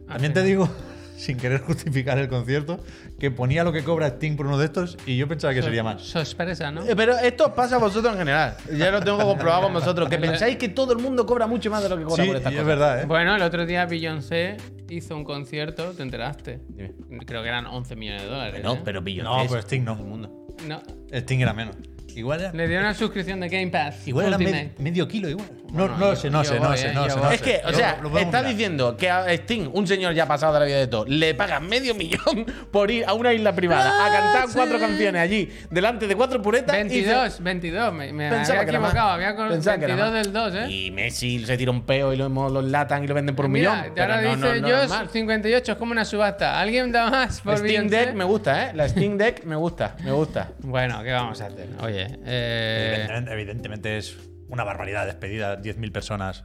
También te digo, [LAUGHS] sin querer justificar el concierto, que ponía lo que cobra Steam por uno de estos y yo pensaba que sería más. Sorpresa, ¿no? Eh, Pero esto os pasa a vosotros en general. Ya lo tengo comprobado con vosotros. [LAUGHS] Que pensáis que todo el mundo cobra mucho más de lo que cobra Sí, por estas y es cosas. verdad, ¿eh? Bueno, el otro día Beyoncé hizo un concierto, ¿te enteraste? Dime. Creo que eran 11 millones de dólares. ¿eh? No, pero Beyoncé No, es pero Steam no. todo el mundo. No, Steam era menos. Igual era, le dieron una suscripción de Game Pass. igual era Ultimate. me- medio kilo, igual. No, Bueno, no yo- sé, no yo sé, no voy, sé, eh, no yo sé. voy. no Es sé. que, o Yo- sea, lo podemos está mirar. diciendo que a Steam, un señor ya pasado de la vida de todo, le pagan medio millón por ir a una isla privada a Ah, cantar cuatro canciones allí, delante de cuatro puretas. y dice, 22, 22, me, me Pensaba había que era más. equivocado, había con Pensaba que era 22 más. del 2, ¿eh? Y Messi se tira un peo y lo, lo latan y lo venden por un Mira, millón. ahora pero no, dice no, no yo es mal. 58, es como una subasta. ¿Alguien da más por Steam Beyoncé? Deck me gusta, ¿eh? La Steam Deck me gusta, me gusta. [LAUGHS] Bueno, ¿qué vamos a hacer? Oye, eh, Evidentemente, evidentemente es una barbaridad despedir a 10.000 personas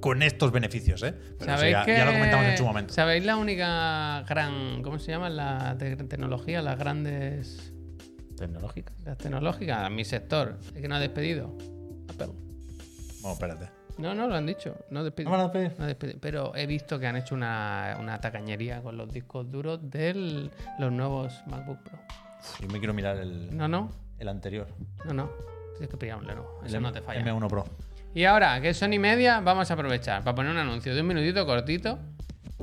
con estos beneficios, ¿eh? Pero eso ¿sabéis ya, que- ya lo comentamos en su momento. ¿Sabéis la única gran. ¿Cómo se llama? La te- tecnología, las grandes. Tecnológica. Las tecnológicas, mi sector. Es que no ha despedido. Apple. Bueno, espérate. No, no, lo han dicho. No ha Ah, despedido. ¿No van a despedir? No ha despedido. Pero he visto que han hecho una, una tacañería con los discos duros de los nuevos MacBook Pro. Yo me quiero mirar el, No, no, el anterior. no, no. Tienes que pillar un Lenovo. Eso el no te falla. M1 Pro. Y ahora, que son y media, vamos a aprovechar para poner un anuncio de un minutito cortito.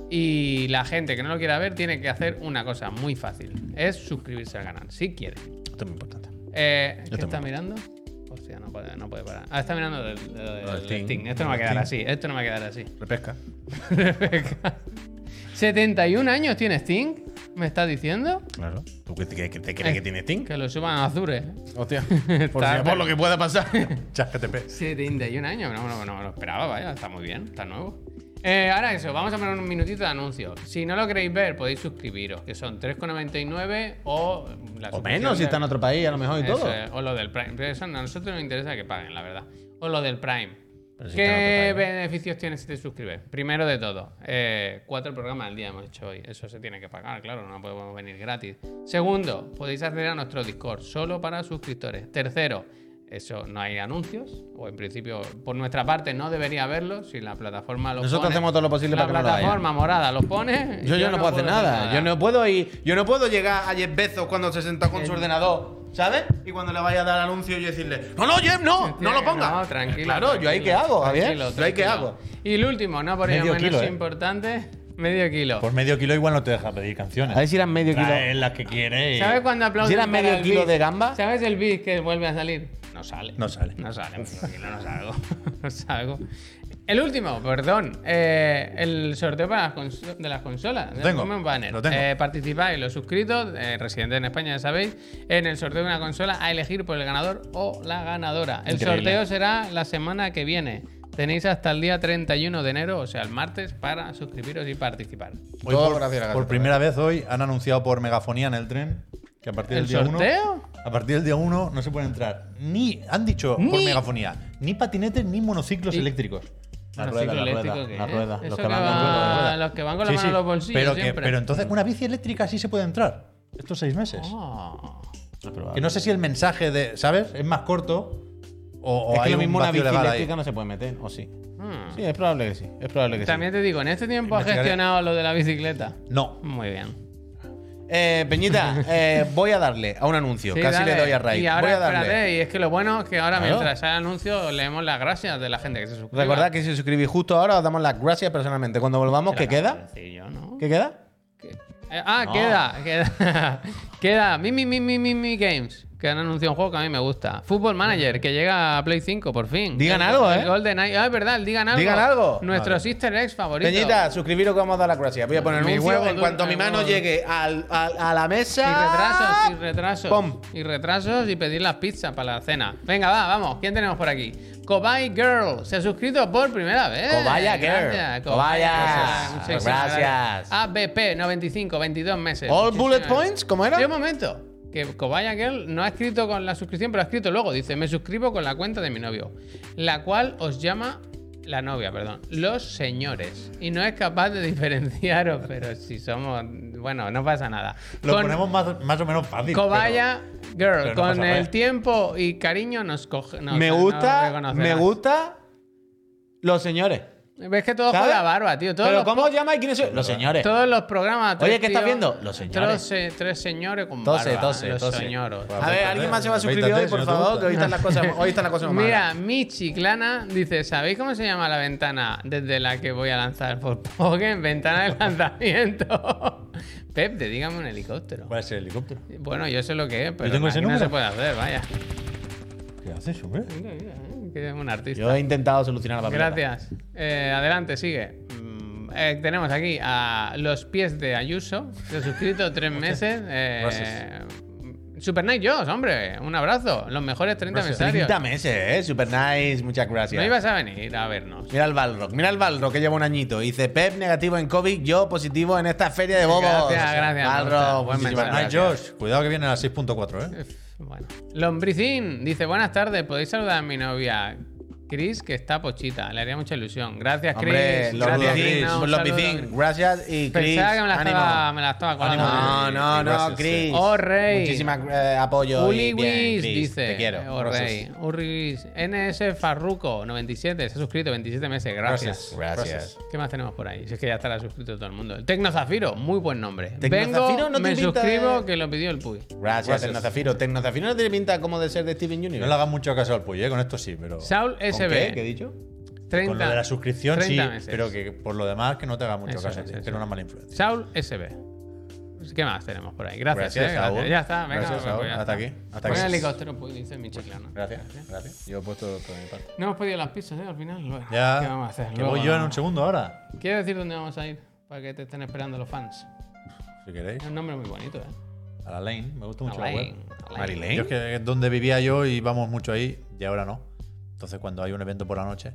Y la gente que no lo quiera ver tiene que hacer una cosa muy fácil. Es suscribirse al canal, si quiere. Esto es muy importante. Eh, ¿Qué te está mirando? Hostia, no puede, no puede parar. Ah, está mirando del, del- del Steam. Steam. Esto no va a Del quedar así. Steam. Esto no va a quedar así. Repesca. Rebeca. 71 años tiene Sting, me estás diciendo. Claro. ¿Tú qué- qué- qué- te crees Eh, que tiene Steam? Que lo suban a Azure. Hostia. Por, si- por lo que [LAUGHS] pueda pasar. ChatGTP. 71 años, no, no, no me lo esperaba, vaya, está muy bien, está nuevo. Eh, ahora eso, vamos a poner un minutito de anuncio. Si no lo queréis ver, podéis suscribiros, que son 3,99 o la O suscripción menos, si de- está en otro país, a lo mejor y Eso todo. es, o lo del Prime. Pero eso no, a nosotros nos interesa que paguen, la verdad. O lo del Prime. Pero si está en ¿Qué otro país. beneficios tienes si te suscribes? Primero de todo, eh, cuatro programas al día hemos hecho hoy. Eso se tiene que pagar, claro, no podemos venir gratis. Segundo, podéis acceder a nuestro Discord solo para suscriptores. Tercero, eso no hay anuncios, o en principio, por nuestra parte, no debería haberlo. Si la plataforma lo Nosotros pone- hacemos todo lo posible para la que no lo haya. plataforma morada lo pone. Yo, yo no, puedo hacer nada. Yo no puedo ir. Yo no puedo llegar a Jeff Bezos cuando se senta con su ordenador, ¿sabes? Y cuando le vaya a dar anuncio y decirle, no, no, Jeff, no, no lo pongas. No, tranquilo. Claro, yo ahí tranquilo, qué hago, Javier. tranquilo, Yo ahí qué tranquilo. hago. Y el último, no por ello Medio menos kilo, ¿eh? importante, medio kilo. Por medio kilo igual no te deja pedir canciones. A ver si eran medio kilo. Trae las que quieres. y- ¿Sabes cuando aplauden? Si era para medio el kilo bis? de gamba. ¿Sabes el bis que vuelve a salir? No sale. No sale. No sale, medio kilo, no salgo. [LAUGHS] no salgo. El último, perdón. eh, el sorteo para las cons- de las consolas. Lo tengo, Ponme un banner. lo tengo. Eh, participáis, los suscritos, eh, residentes en España, ya sabéis, en el sorteo de una consola a elegir por el ganador o la ganadora. El Increíble. sorteo será la semana que viene. Tenéis hasta el día 31 de enero, o sea, el martes, para suscribiros y participar. Hoy Todo por, gracias a la ¿eh? por Gaceta. primera vez hoy han anunciado por megafonía en el tren que a partir ¿El del día 1 sorteo? a partir del día 1 no se puede entrar ni han dicho por Ni- megafonía ni patinetes ni monociclos Y- elécticos La Monociclo rueda, la rueda, ¿qué la es? rueda, los Eso que que van con va- rueda, la rueda. los que van con la Sí, mano sí, en los bolsillos pero, que- siempre. pero entonces una bici eléctrica sí se puede entrar estos seis meses Ah. que no sé si el mensaje de sabes es más corto o, o es que hay lo mismo un una vacío bici legal ahí. eléctrica no se puede meter, o sí. Hmm. Sí, es probable que sí. Es probable que También te digo, en este tiempo has Investigaré. gestionado lo de la bicicleta. no Muy bien. sí. Eh, [LAUGHS] Peñita, eh, voy a darle a un anuncio. Sí, Casi dale. le doy a Ray. Y ahora, voy a darle. espérate, y es que lo bueno es que ahora Claro. mientras hay anuncios leemos las gracias de la gente que se suscribe. Recordad que si os suscribís justo ahora, os damos las gracias personalmente. Cuando volvamos, ¿qué queda? ¿no? ¿Qué queda? Que- eh, ah, queda, queda. [LAUGHS] queda. Mi, mi, mi, mi, mi, mi Games. Que han anunciado un juego que a mí me gusta. Football Manager, que llega a Play 5 por fin. Digan El- algo, el ¿eh? Golden Eye. Ah, es verdad, el digan algo. Digan algo. Nuestros Easter eggs favoritos. Peñita, suscribiros que vamos a dar las gracias. Voy a poner Mi mi huevo huevo. En duro, cuanto mi el mano huevo. llegue al- al- a la Y mesa. retrasos, y retrasos. Pom. Y retrasos y pedir las pizzas para la cena. Venga, va, vamos. ¿Quién tenemos por aquí? Cobay Girl. Se ha suscrito por primera vez. Cobaya Girl. Gracias, Cobaya. Gracias. Muchísimas Gracias. ABP 95, 22 meses. All Muchísimas bullet gracias. points, ¿cómo era? Sí, un momento. Que Cobaya Girl no ha escrito con la suscripción, pero ha escrito luego. Dice, me suscribo con la cuenta de mi novio. La cual os llama... La novia, perdón. Los señores. Y no es capaz de [LAUGHS] diferenciaros, pero si somos... Bueno, no pasa nada. lo Con- ponemos más, más o menos fácil Cobaya Girl, pero no con pasa el nada. tiempo y cariño nos coge. nos- me nos gusta, reconocerás. me gusta los señores. Ves que todo con ¿Sabes? la barba, tío. Todos, Pero los, ¿cómo os llamáis? ¿Quiénes sois? Los señores. todos los programas. Oye, tres ¿qué estás tíos- viendo? Los señores. Tres, tres señores con Tose, barba. tose, los tose. señores. A ver, alguien más se va a suscribir Apéntate, hoy, por si no te favor, gusta. que hoy están las [LAUGHS] cosas, hoy están las cosas más Mira, malas. mi chiclana dice, ¿sabéis cómo se llama la ventana desde la que voy a lanzar por Pokémon? [LAUGHS] Ventana de lanzamiento. [LAUGHS] Pep, te dígame un helicóptero. puede ser el helicóptero Bueno, yo sé lo que es, pero tengo ese aquí no número? se puede hacer, vaya. ¿qué haces hombre? Mira, mira, eh, que es un artista. Yo he intentado solucionar la pelota. Gracias. Eh, adelante, sigue. Mm, eh, tenemos aquí a Los Pies de Ayuso. Se [LAUGHS] ha suscrito tres meses. Eh, Gracias. Super Night Josh, hombre. Un abrazo. Los mejores 30 mensajes. 30 meses, eh. Super nice, muchas No gracias. ibas a venir a vernos. Mira el Balrock, mira el Balrock que lleva un añito. Dice Pep negativo en COVID, yo positivo en esta feria de bobos. Gracias, gracias, me gusta. Balrock, Buen muchísimas mensaje. Night gracias. Josh cuidado que viene a las 6.4 eh Uf, Bueno. Lombricín dice: Buenas tardes, podéis saludar a mi novia. Chris, que está pochita, le haría mucha ilusión. Gracias, Chris. Hombre, los Gracias, Lopicín, Chris. No, un los saludo, Lopicín, Chris. gracias y Chris. Pensaba que me la ánimo. estaba, me la estaba colando. No, no, no, Gracias, Chris. sí. Oh, rey. Muchísimas eh, apoyo. y bien, Uliwis Chris, dice. Te quiero. oh, Gracias. rey. Uliwis. NS Farruco 97 se ha suscrito 27 meses. Gracias. Gracias. ¿Qué más tenemos por ahí? Si es que ya estará suscrito todo el mundo. Tecno Zafiro, muy buen nombre. Tecno Vengo, Zafiro no te me pinta de- eh. suscribo que lo pidió el Puy. Gracias, Tecno Zafiro. Tecno Zafiro no tiene pinta como de ser de Steven no Universe. le hagas mucho caso al pollo eh con esto sí pero Saul ¿Con qué? SB. ¿Qué he dicho? Con 30 lo de la suscripción sí, 30 meses. pero que por lo demás que no te haga mucho Eso caso, es, eso tío, que es. era una mala influencia. Saul SB. ¿Qué más tenemos por ahí? Gracias, Gracias, eh, gracias. Saúl. Ya está, venga. Gracias, pues Saúl. ya está. Hasta aquí, hasta Pon aquí. el helicóptero, Puy, dice mi chiclana. Gracias, gracias. Yo he puesto todo mi parte. No hemos pedido las pizzas, ¿eh? Al final. Bueno, Ya, ¿Qué vamos a hacer? que Luego- voy yo en un segundo ahora, ¿Quieres decir dónde vamos a ir? Para que te estén esperando los fans. si queréis. Es un nombre muy bonito, ¿eh? A la Lane, me gusta mucho Alain, la web. Alain. Marilyn. Yo es que donde vivía yo íbamos mucho ahí y ahora no. Entonces cuando hay un evento por la noche,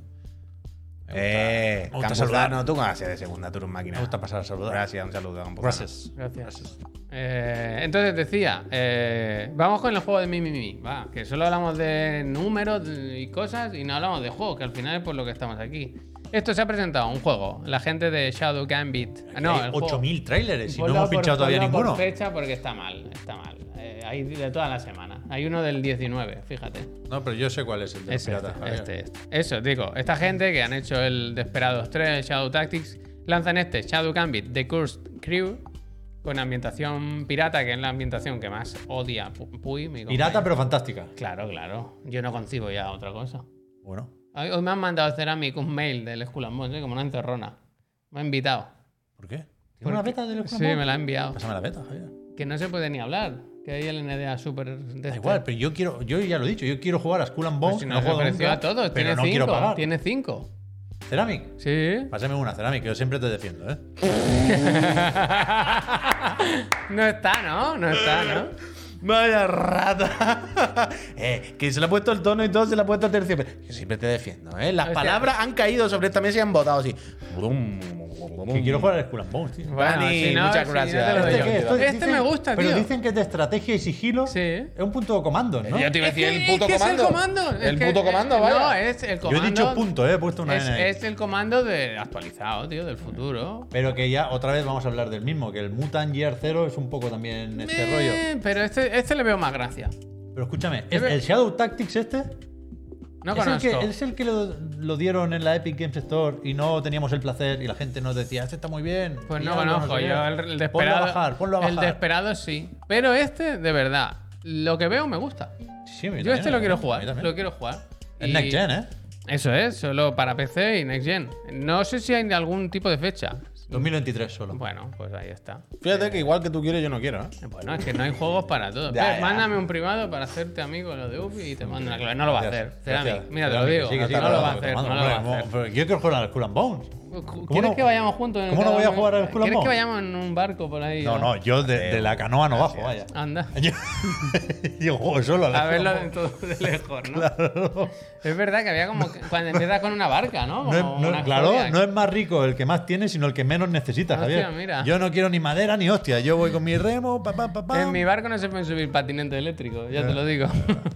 Eh, me gusta Campuzano, saludar. tú cómo haces de segunda turno máquina. Me gusta pasar a saludar. Gracias, un saludo. Campuzano. Gracias. Gracias. Eh, entonces decía, eh, vamos con el juego de Mimimi, va, que solo hablamos de números y cosas y no hablamos de juegos, que al final es por lo que estamos aquí. Esto se ha presentado, un juego, la gente de Shadow Gambit. Ah, No, Hay el juego. 8000 trailers y no Ponlo hemos por- pinchado todavía ponlo por ninguno. fecha porque está mal, está mal. Eh, hay de toda la semana. Hay uno del 19, fíjate. No, pero yo sé cuál es el de los Es piratas. este, Javier. este, este. Eso, digo, esta gente que han hecho el Desperados 3, Shadow Tactics, lanzan este, Shadow Gambit, The Cursed Crew, con ambientación pirata, que es la ambientación que más odia Pu- Puy, mi Pirata, compañero. pero fantástica. Claro, claro. Yo no concibo ya otra cosa. Bueno. Hoy, hoy me han mandado a Ceramic un mail del Skull and Bones, ¿eh? como una encerrona. Me ha invitado. ¿Por qué? ¿Tiene ¿Por una qué? beta de los Sí, me la ha enviado. Pásame la beta, Javier. Que no se puede ni hablar. Que hay el NDA súper... Da igual, pero yo quiero, yo ya lo he dicho, yo quiero jugar a Skull and Bones. Este Pues si no nos juego ofreció nunca, a todos. pero Tiene no quiero cinco. pagar. Tiene cinco. Ceramic. Sí. Pásame una Ceramic, que yo siempre te defiendo, ¿eh? [LAUGHS] [LAUGHS] No está, ¿no? No está, ¿no? Vaya rata. Eh, que se le ha puesto el tono y todo, se le ha puesto tercio. Pero yo siempre te defiendo, ¿eh? Las Hostia. palabras han caído sobre esta mesa y han botado así. Mm. Que quiero jugar a Skull and Bones, tío. Bueno, Dani, si no, muchas si gracias. no te lo ¿Este doy. qué? Esto Este me gusta, pero tío. Pero dicen que es de estrategia y sigilo. Sí. Es un punto de comando, ¿no? Yo te iba a Es decir que- el es puto que comando. Es el comando. Es El que- puto es- comando, vaya. No, es el Yo he comando. dicho punto, ¿eh? He puesto una Es, N ahí. es el comando de actualizado, tío, del futuro. Pero que ya otra vez vamos a hablar del mismo, que el Mutant Year Zero es un poco también este rollo. Eh, Pero este, este le veo más gracia. Pero escúchame, ¿el, Pero- el Shadow Tactics este? No es, el conozco. que, es el que lo, lo dieron en la Epic Games Store y no teníamos el placer y la gente nos decía, este está muy bien. Pues no mirad, conozco. sé qué". Yo el, el Ponlo desesperado. a bajar, ponlo a bajar. El desesperado sí. Pero este, de verdad, lo que veo me gusta. Sí, a Yo mí también, ¿eh? este a lo mí quiero también, jugar. a mí también. Lo quiero jugar. El Y- Next Gen, ¿eh? Eso es, solo para PC y Next Gen. No sé si hay algún tipo de fecha. 2023 solo. Bueno, pues ahí está. Fíjate que igual que tú quieres, yo no quiero, ¿eh? Bueno, es que [LAUGHS] no hay juegos para todos. Ya, Ves, ya. Mándame un privado para hacerte amigo de lo de Ubi y te mando una clave. No lo va a hacer. Gracias, Ceramic, gracias. mira, te lo Ceramic, digo. sí, que sí, no que lo lo va a estoy hacer. No tomando, lo va a hombre, hacer. como- pero Yo quiero jugar al Skull and Bones. ¿Quieres no- que vayamos juntos? en cómo no cada voy a uno? jugar al Skull and ¿Quieres que Bones? vayamos en un barco por ahí? No, o- no, yo de, de la canoa no bajo, vaya. [LAUGHS] Gracias. Anda. Yo, yo juego solo al A Skull verlo and de todo de [LAUGHS] lejos, ¿no? Es verdad que había como que- cuando empiezas con una barca, ¿no? No es- Como no- una claro, joya. no es más rico el que más tiene, sino el que menos necesita, Hostia, Javier. mira. Yo no quiero ni madera ni hostia. Yo voy con mi remo, pa, pa, pa, pa. En mi barco no se pueden subir patinetes eléctricos, ya te lo digo. [LAUGHS]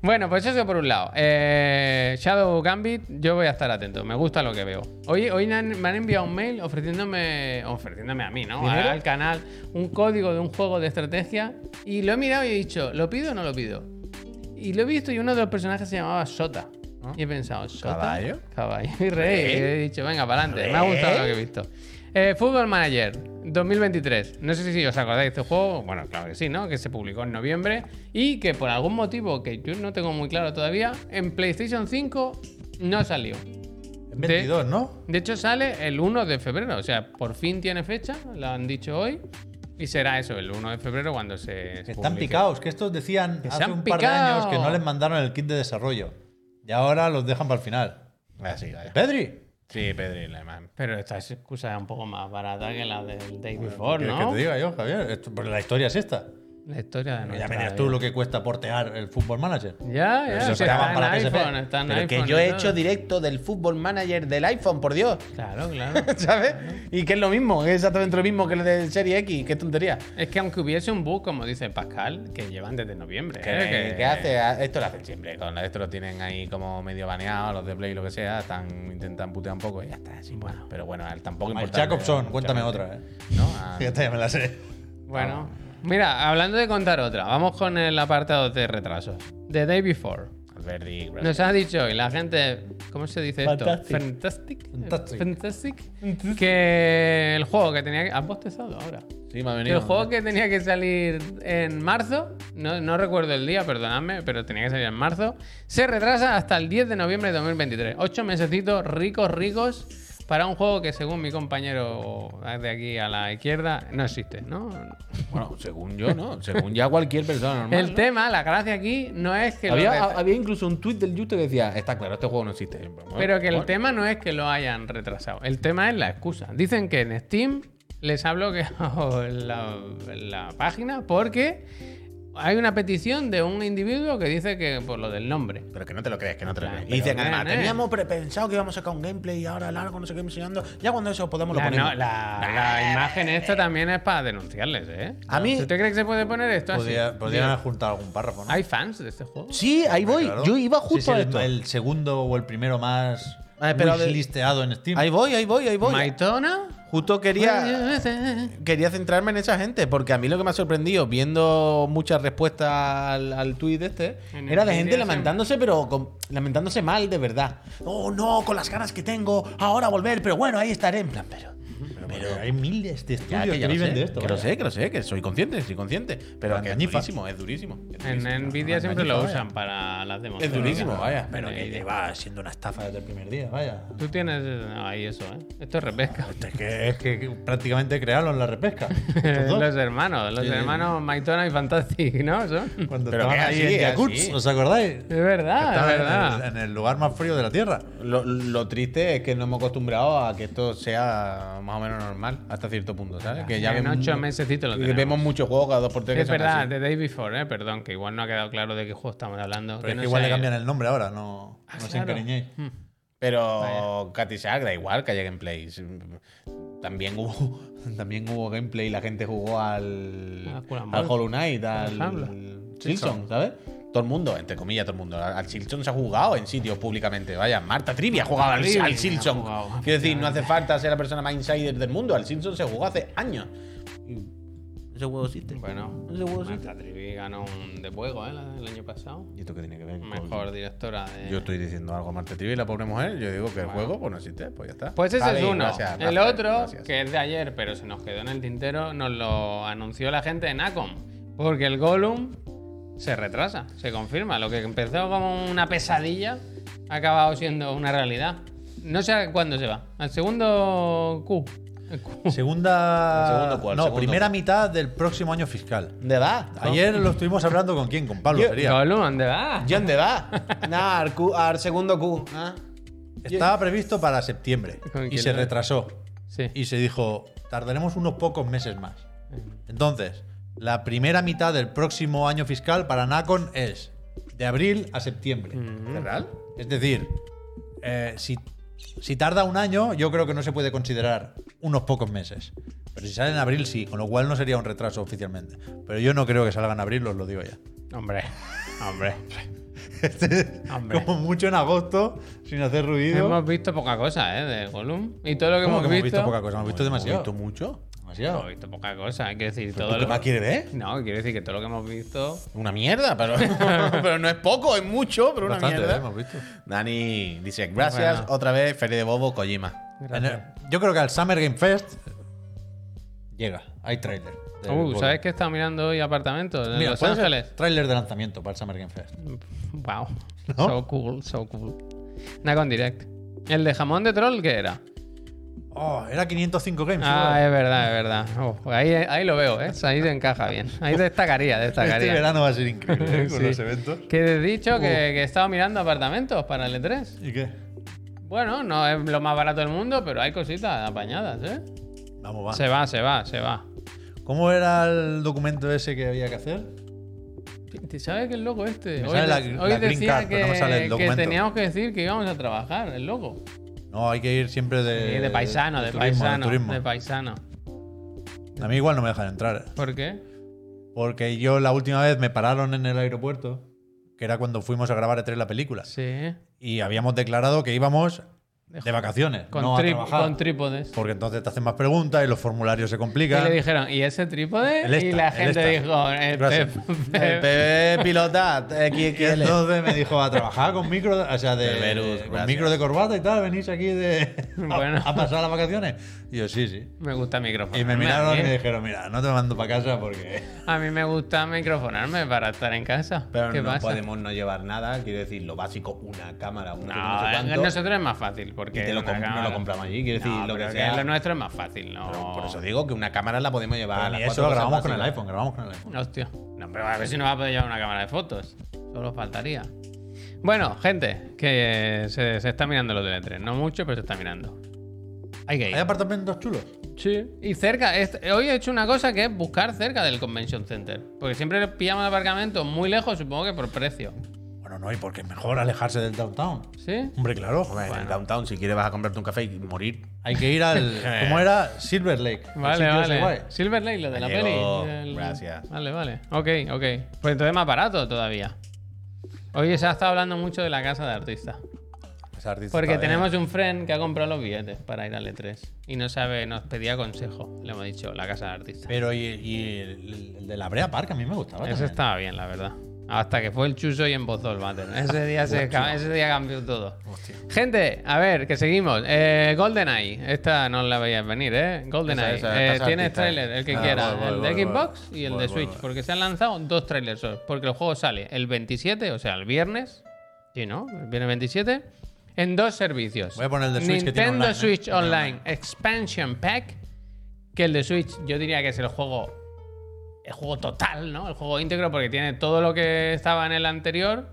bueno, pues eso por un lado. Eh, Shadow Gambit, yo voy a estar atento. Me gusta lo que veo. Hoy, hoy me han me han enviado un mail ofreciéndome, ofreciéndome a mí, ¿no? ¿Dinero? Al canal, un código de un juego de estrategia. Y lo he mirado y he dicho, ¿lo pido o no lo pido? Y lo he visto y uno de los personajes se llamaba Sota. Y he pensado, ¿Sota? ¿Ah? ¿Caballo? Caballo y rey. Y he dicho, venga, para adelante. Me ha gustado lo que he visto. Eh, Football Manager 2023. No sé si os acordáis de este juego. Bueno, claro que sí, ¿no? Que se publicó en noviembre. Y que por algún motivo que yo no tengo muy claro todavía, en PlayStation 5 no salió. En 22, ¿no? De hecho, sale el 1 de febrero. O sea, por fin tiene fecha. Lo han dicho hoy. Y será eso, el 1 de febrero cuando se. Que están publique. picados, que estos decían Que se hace han un par de años picao. que no les mandaron el kit de desarrollo. Y ahora los dejan para el final. Así, vaya. Pedri, Sí, Pedri, la man. Pero esta excusa es un poco más barata que la del Day Before, ¿quieres Oh, ¿no? que te diga yo, Javier? Esto- porque la historia es esta. La historia de ya nuestra me dirás tú vida. lo que cuesta portear el Football Manager. Ya, ya. eso si se está acaba en para PSP. iPhone, está en Pero que iPhone yo y he todo. hecho directo del Football Manager del iPhone, por Dios. [LAUGHS] Claro, claro. ¿Sabes? Y que es lo mismo, es exactamente lo mismo que el de Serie X, qué tontería. [LAUGHS] es que aunque hubiese un bug, como dice Pascal, que llevan desde noviembre. ¿Qué, ¿eh? Que- qué hace? Ah, Esto lo hacen siempre. Con, esto lo tienen ahí como medio baneado, los de Play, lo que sea. Están, intentan putear un poco y ya está. sí. Bueno. Pero bueno, al tampoco Mike importante, Jacobson, ¿no? cuéntame Mucha otra. gente, ¿eh? ¿no? Ah, Fíjate, ya me la sé. Bueno. Mira, hablando de contar otra, vamos con el apartado de retrasos. The Day Before. Alberti, gracias. Nos ha dicho hoy la gente, ¿cómo se dice Fantastic. esto? Fantastic. Fantastic. Fantastic. Que el juego que tenía que... ¿Has bostezado ahora? Sí, me ha Que venido. El juego que tenía que salir en marzo, no, no recuerdo el día, perdonadme, pero tenía que salir en marzo, se retrasa hasta el 10 de noviembre de 2023. Ocho mesecitos ricos, ricos, para un juego que según mi compañero de aquí a la izquierda, no existe, ¿no? Bueno, según yo, ¿no? Según ya cualquier persona normal. El ¿no? tema, la gracia aquí, no es que... lo Había, retra- ha- había incluso un tuit del YouTube que decía: Está claro, este juego no existe. Bueno, Pero que el bueno. tema no es que lo hayan retrasado. El tema es la excusa. Dicen que [LAUGHS] en Steam les hablo que la, la página porque hay una petición de un individuo que dice que por lo del nombre. Pero que no te lo crees, que no te lo Claro, crees. Y pero dicen, bien, además, eh. teníamos pre- pensado que íbamos a sacar un gameplay y ahora largo, no sé qué enseñando. Ya cuando eso podamos lo La, ponemos. no- la- la imagen esta también es para denunciarles, ¿eh? A mí- ¿Usted cree que se puede poner esto así? Podría- podrían Digo, adjuntar algún párrafo, ¿no? ¿Hay fans de este juego? Ah, Sí, ahí voy. Claro. Yo iba Sí, justo sí, a el- esto. El segundo o el primero más Ah, pero de- listeado en Steam. Ahí voy, ahí voy, ahí voy. ¿Maitona? Justo quería, quería centrarme en esa gente, porque a mí lo que me ha sorprendido viendo muchas respuestas al, al tuit este, En era el de vídeo gente se- lamentándose, pero con- lamentándose mal de verdad. Oh, no, con las ganas que tengo, ahora volver, pero bueno, ahí estaré. En plan, pero. Pero hay miles de Ya, estudios que que, ya lo viven sé, de esto. que lo vaya. sé, que lo sé, que soy consciente, soy consciente. Pero Las que es cañifas. durísimo, es durísimo. es En durísimo. Nvidia siempre Maitona, lo vaya. usan para las demos. eh. Es durísimo, vaya. Pero que lleva siendo una estafa desde el primer día, vaya. Tú tienes no, ahí eso, ¿eh? Esto es repesca. Es que, es que prácticamente crearon la repesca. [LAUGHS] Estos dos. los hermanos, los Sí, sí. hermanos Maitona y Fantastic, ¿no? Son- Cuando Pero estaban que ahí así, en Yakutsk, así. ¿os Ah, acordáis? Es verdad, es Estaban en el- verdad. En el lugar más frío de la Tierra. Lo, lo triste es que no hemos acostumbrado a que esto sea más o menos normal hasta cierto punto, ¿sabes? Que ya En vemos- ocho mesecitos lo que tenemos. vemos muchos juegos cada dos por tres que Es son verdad, así. The Day Before, ¿eh? Perdón, que igual no ha quedado claro de qué juego estamos hablando. Pero es no que igual le sea- cambian el nombre ahora, no, Ah, no se claro. encariñéis. Hmm. Pero Katy Sack da igual que haya gameplays. También hubo, [LAUGHS] también hubo gameplay y la gente jugó Al al, Skull Ah, and al Bones, Hollow Knight, ejemplo. al Chilson, ¿sabes? Todo el mundo, entre comillas, todo el mundo. Al Chilson se ha jugado en sitios públicamente. Vaya, Marta Trivia ha jugado al, Trivia al ha Chilson. jugado, Quiero decir, no hace falta ser la persona más insider del mundo. Al Chilson se jugó hace años. Ese juego existe. Bueno, Marta Trivi ganó un de juego, ¿eh? La- El año pasado. ¿Y esto qué tiene que ver? con- Mejor directora de. Yo estoy diciendo algo a Marta Trivia y la pobre mujer. Yo digo que el Bueno. juego, pues no existe, pues ya está. Pues ese Javi, es uno. gracias, el Rafa, otro, gracias. que es de ayer, pero se nos quedó en el tintero, nos lo anunció la gente de Nacom. Porque el Gollum se retrasa, se confirma. Lo que empezó como una pesadilla ha acabado siendo una realidad. No sé cuándo se va. Al segundo Q. El Q. Segunda. El segundo cual, no, segundo. primera mitad del próximo año fiscal. ¿De edad? Ayer lo estuvimos hablando con quién, con Pablo Yo- Feria. Gollum, ¿dónde va? ¿John de [LAUGHS] edad? Nah, al, Q- al segundo Q. ¿ah? Estaba previsto para septiembre ¿Con y quién se era? retrasó. Sí. Y se dijo, tardaremos unos pocos meses más. Entonces, la primera mitad del próximo año fiscal para Nacon es de abril a septiembre. ¿Verdad? Es decir, eh, si, si tarda un año, yo creo que no se puede considerar unos pocos meses. Pero si sale en abril, sí, con lo cual no sería un retraso oficialmente. Pero yo no creo que salga en abril, os lo digo ya. Hombre, hombre. Hombre. Este Como mucho en agosto, sin hacer ruido. Hemos visto poca cosa, ¿eh? De Gollum. Y todo lo que ¿Cómo hemos, que hemos visto. visto poca cosa? Hemos visto demasiado. ¿Visto mucho? demasiado. Hemos visto poca cosa. Quiero decir, todo ¿Tú ¿Qué lo. más quieres ver? No, quiero decir que todo lo que hemos visto. Una mierda, pero, [LAUGHS] pero no es poco, es mucho, pero una Bastante, mierda. ¿eh? hemos visto. Dani dice, gracias Bueno. otra vez, Fede de Bobo, Kojima. En el- yo creo que al Summer Game Fest eh, llega. Hay trailer. del Uh, Gollum. ¿sabes que estaba mirando hoy apartamentos en Mira, Los puede ser Ángeles? Trailer de lanzamiento para el Summer Game Fest. Wow. ¿No? So cool, so cool. Nacon Direct. ¿El de jamón de troll qué era? Oh, era 505 Games. Ah, ¿no? es verdad, es verdad. Oh, ahí, ahí lo veo, ¿eh? Ahí se encaja bien. Ahí destacaría, este destacaría. verano va a ser increíble [LAUGHS] ¿eh? con Sí. los eventos. Que he dicho que, que he estado mirando apartamentos para el E3. ¿Y qué? Bueno, no es lo más barato del mundo, pero hay cositas apañadas, ¿eh? Vamos, va. Se va, se va, se va. ¿Cómo era el documento ese que había que hacer? ¿Te sabes que el loco este? Me Hoy, sale la- de- la hoy green decía card, que, pero no me sale el que documento. teníamos que decir que íbamos a trabajar, el loco. No, hay que ir siempre de. Sí, de paisano, Eh, de, turismo, paisano, de, turismo. paisano. A mí igual no me dejan entrar. ¿Por qué? Porque yo la última vez me pararon en el aeropuerto, que era cuando fuimos a grabar E3 la película. Sí. Y habíamos declarado que íbamos de vacaciones, Con, no a tri- trabajar. con trípodes. porque entonces te hacen más preguntas y los formularios se Y complican. le dijeron, ¿y ese trípode? El y esta, la el gente esta. dijo, eh, Gracias. [LAUGHS] pe- pe- El PB Pilota [LAUGHS] Y XXL. entonces me dijo a trabajar con micro, o sea, de, Cerberus, con gracias. micro de corbata y tal, venís aquí de [LAUGHS] a, Bueno. a pasar las vacaciones. Y yo, sí, sí. me gusta microfonar. Y me miraron ¿eh? eh. y me dijeron, mira, no te mando para casa porque A mí me gusta microfonarme para estar en casa. Pero ¿Qué no pasa? podemos no llevar nada, quiero decir, lo básico, una cámara, un No, no sé eh, cuánto, nosotros es más fácil. Porque y te lo, una comp- no cámara- lo compramos allí, quiero decir, No, lo pero que que sea. lo nuestro es más fácil, no. Pero Por eso digo que una cámara la podemos [LAUGHS] llevar. a ¿eh? Y las cuatro eso lo cosas grabamos con el básicas. iPhone, grabamos con el iPhone. Hostia. No, pero a ver si no va a poder llevar una cámara de fotos. Solo faltaría. Bueno, gente, que eh, se, se está mirando lo del E3. No mucho, pero se está mirando. Hay que Hay ir. apartamentos chulos. Sí. Y cerca, es- hoy he hecho una cosa que es buscar cerca del Convention Center. Porque siempre pillamos el aparcamiento muy lejos, supongo que por precio. Bueno, no, y porque es mejor alejarse del downtown. ¿Sí? Hombre, claro. Bueno, en el downtown, si quieres, vas a comprarte un café y morir. Hay que ir [LAUGHS] al. ¿Cómo era? Silver Lake. el Vale, sitio ese vale. guay. Silver Lake, lo de la Me llegó. peli. El- Gracias. Vale, vale. Ok, ok. Pues entonces más barato todavía. Oye, se ha estado hablando mucho de la casa de artista. Ese artista Porque está bien. tenemos un friend que ha comprado los billetes para ir al E3 y no sabe, nos pedía consejo. Le hemos dicho la casa de artista. Pero y, y el, el de la Brea Park a mí me gustaba. Ese también. estaba bien, la verdad. Hasta que fue el chuso y empozó el váter. [LAUGHS] Ese día, se, ca- ese día cambió todo. Gente, a ver, que seguimos. Eh, GoldenEye. Esta no la veías venir, ¿eh? GoldenEye. Esa, esa, Eh, esa tienes artista, trailer, el que Ah, quiera. voy, voy, el de voy, Xbox voy. y el Voy, de voy, Switch. voy. Porque se han lanzado dos trailers hoy. Porque el juego sale el 27, o sea, el viernes. Sí, ¿no? Viene 27. En dos servicios. Voy a poner el de Switch que tiene Nintendo online, ¿eh? Switch Tiene Online online. Expansion Pack. Que el de Switch yo diría que es el juego el juego total, ¿no? El juego íntegro porque tiene todo lo que estaba en el anterior,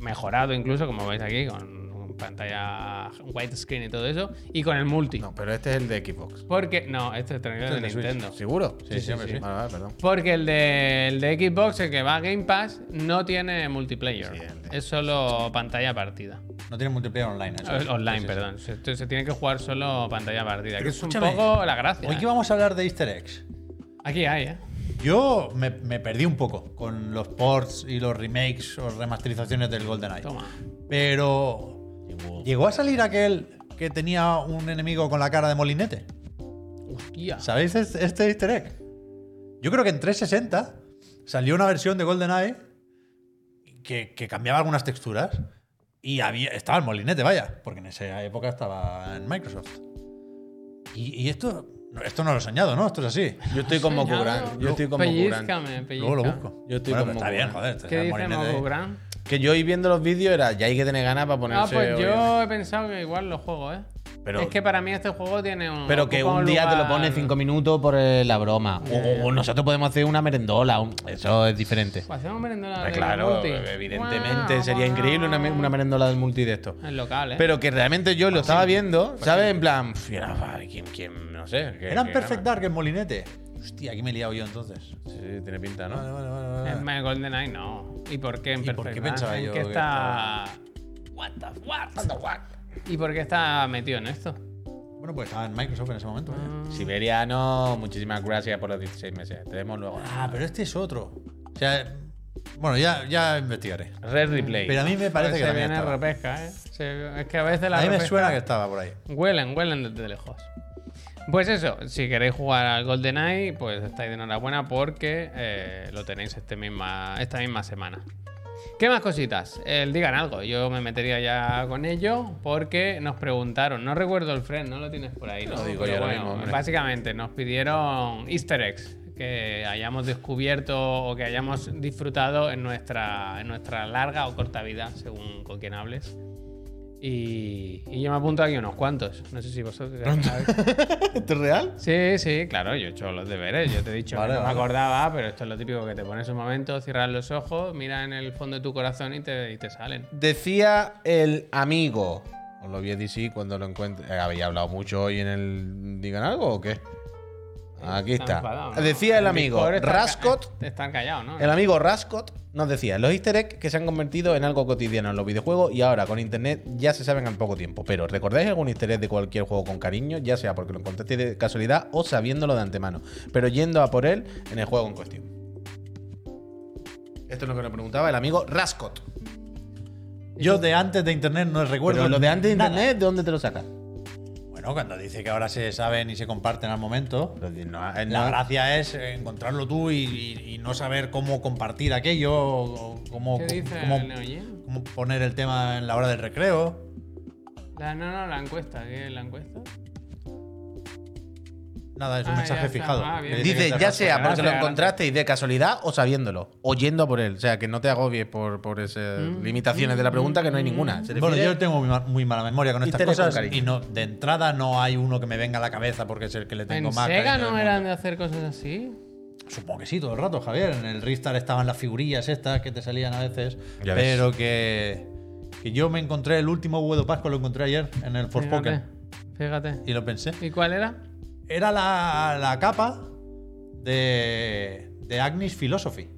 mejorado incluso, como veis aquí, con pantalla widescreen y todo eso, y con el multi. No, pero este es el de Xbox. Porque, no, este es trailer de Este es de Switch. Nintendo. ¿Seguro? Sí, sí, hombre, sí. Vale, vale, perdón. Porque el de, el de Xbox, el que va a Game Pass, no tiene multiplayer. Sí, el de- Es solo pantalla partida. Eh, No tiene multiplayer online. eso es. Online, Sí, sí, sí. perdón. Se- Se, se tiene que jugar solo pantalla partida. Que es un escúchame, poco la gracia. Hoy que ¿eh? vamos a hablar de Easter eggs. Aquí hay, ¿eh? Yo me, me perdí un poco con los ports y los remakes o remasterizaciones del GoldenEye. Toma. Pero. Llegó a salir aquel que tenía un enemigo con la cara de molinete. Hostia. ¿Sabéis es- este easter egg? Yo creo que en 360 salió una versión de GoldenEye que, que cambiaba algunas texturas y había, estaba el molinete, vaya, porque en esa época estaba en Microsoft. Y, y esto, no, esto no lo he soñado, ¿no? Esto es así. Yo estoy con Moku Gran. Yo estoy con Moku Gran. Pellízcame, Luego lo pellizca. busco. Yo estoy Bueno, con pero está Moku bien, Gran. joder. ¿Qué el dice molinete ahí. Moku Gran? Que yo hoy viendo los vídeos era, ya hay que tener ganas para Ah, ponerse. pues hoy". yo he pensado que igual lo juego, ¿eh? Pero- es que para mí este juego tiene un. Pero que ocupa un día te lo lugar- pones cinco minutos por eh, la broma. O- O, o nosotros podemos hacer una merendola. un- Eso es diferente. Pues hacemos merendola Hombre, de claro, multi. evidentemente Guau, sería guau. increíble una, me- una merendola del multi de esto. Es local, ¿eh? pues Pero que realmente yo lo estaba viendo, ¿sabes? En plan, pf, y era, "Ay, ¿quién, quién, no sé. que- Eran que Perfect gana". Dark el molinete. Hostia, aquí me he liado yo entonces. Sí, sí, tiene pinta, ¿no? Vale, vale, vale, vale. En My GoldenEye no. ¿Y por qué en ¿Y por Perfect qué Dark? pensaba ¿En yo qué que está. What the fuck? ¿Y por qué está metido en esto? Bueno, pues estaba en Microsoft en ese momento. vaya. Ah. Siberiano, muchísimas gracias por los 16 meses. Te vemos luego. Ah, pero este es otro. O sea, bueno, ya, ya investigaré. Red Replay. Pero a mí me parece Pues que se también viene estaba. repesca, ¿eh? Se- Es que a veces la A mí me repesca- suena que estaba por ahí. Huelen, huelen desde lejos. Pues eso, si queréis jugar al GoldenEye, pues estáis de enhorabuena porque eh, lo tenéis este misma, esta misma semana. ¿Qué más cositas? Eh, digan algo, yo me metería ya con ello porque nos preguntaron, no recuerdo el friend, no lo tienes por ahí, ¿no? Lo digo yo Pero ahora bueno, mismo, hombre. básicamente nos pidieron easter eggs que hayamos descubierto o que hayamos disfrutado en nuestra, en nuestra larga o corta vida, según con quien hables. Y, y yo me apunto aquí unos cuantos. No sé si vosotros. ¿Esto es real? Sí, sí, claro, yo he hecho los deberes. Yo te he dicho, que Vale, no vale. me acordaba, pero esto es lo típico que te pones un momento, cierras los ojos, mira en el fondo de tu corazón y te, y te salen. Decía el amigo. Os lo vi a DC cuando lo encuentre. Eh, ¿Habéis hablado mucho hoy en el. ¿Digan algo o qué? Aquí está. enfadado, ¿no? Decía el En amigo Discord están ca- Rascot. eh, Están callados, ¿no? El amigo Rascot nos decía, los easter eggs que se han convertido en algo cotidiano en los videojuegos y ahora con internet ya se saben al poco tiempo. Pero ¿recordáis algún easter egg de cualquier juego con cariño? Ya sea porque lo encontrasteis de casualidad o sabiéndolo de antemano, pero yendo a por él en el juego en cuestión. Esto es lo que nos preguntaba el amigo Rascot. Yo de antes de internet no recuerdo. Pero lo de antes de nada. internet, ¿de dónde te lo sacas? Bueno, cuando dice que ahora se saben y se comparten al momento. Pero di- no, eh, La no- gracia es encontrarlo tú y, y- y no saber cómo compartir aquello, o cómo, ¿Qué dice cómo- el Neo Geo? cómo poner el tema en la hora del recreo. La- no, no, la encuesta. ¿Qué es la encuesta? Nada, es un Ah, ya mensaje está. fijado. Ah, bien. que que Dice, te ya rasca. sea porque gracias, lo gracias. encontrasteis de casualidad o sabiéndolo, o yendo a por él. O sea, que no te agobies por, por esas limitaciones de la pregunta, que no hay ninguna. Se Bueno, refiere- yo tengo muy, ma- muy mala memoria con estas Easter egg con cosas cariño. y no, de entrada no hay uno que me venga a la cabeza porque es el que le tengo ¿En más Sega cariño del no mundo. eran de hacer cosas así? Supongo que sí, todo el rato, Javier. En el Ristar estaban las figurillas estas que te salían a veces. Ya ves. pero que, que yo me encontré el último huevo de Pascua, lo encontré ayer en el Fíjate, Forspoken. Fíjate. Y lo pensé. ¿Y cuál era? era la, la capa de, de Agnes Philosophy.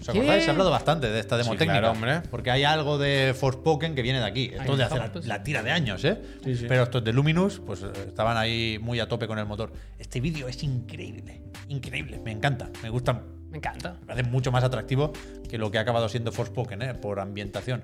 ¿Os acordáis? ¿Qué? Se ha hablado bastante de esta Sí, demotécnica. claro, hombre. Porque hay algo de Forspoken que viene de aquí. Esto Ahí de hace la, está, pues. la tira de años, ¿eh? Sí, sí. Pero estos de Luminous, pues eh, estaban ahí muy a tope con el motor. Este vídeo es increíble. Increíble. Me encanta. Me gusta. Me encanta. Me hace mucho más atractivo que lo que ha acabado siendo Forspoken, ¿eh? Por ambientación.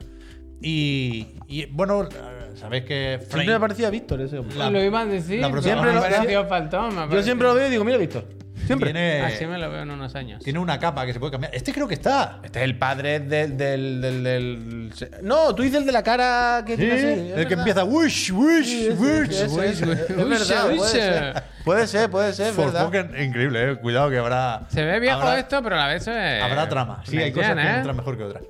Y, y, bueno, sabéis que. Frame- Siempre me parecía Víctor ese hombre. La- lo iba a decir. la pero próxima- me Siempre lo- pareció fantasma. Yo pareció. siempre lo veo y digo, mira, Víctor. Siempre. Tiene, Así me lo veo en unos años. tiene una capa que se puede cambiar. Este creo que está. Este es el padre del, del, del, del- No, tú dices el de la cara que Sí, tiene así. es el que verdad. empieza wish, wish, wish, Ese, wish. ese, ese. Uy, Es verdad, uy, puede ser. Puede ser, puede ser, es verdad. Forspoken, increíble, eh. Cuidado que habrá. Se ve viejo habrá- esto, pero a la vez. eh, Habrá trama. Sí, me hay cosas llena, que ¿eh? entran mejor que otras.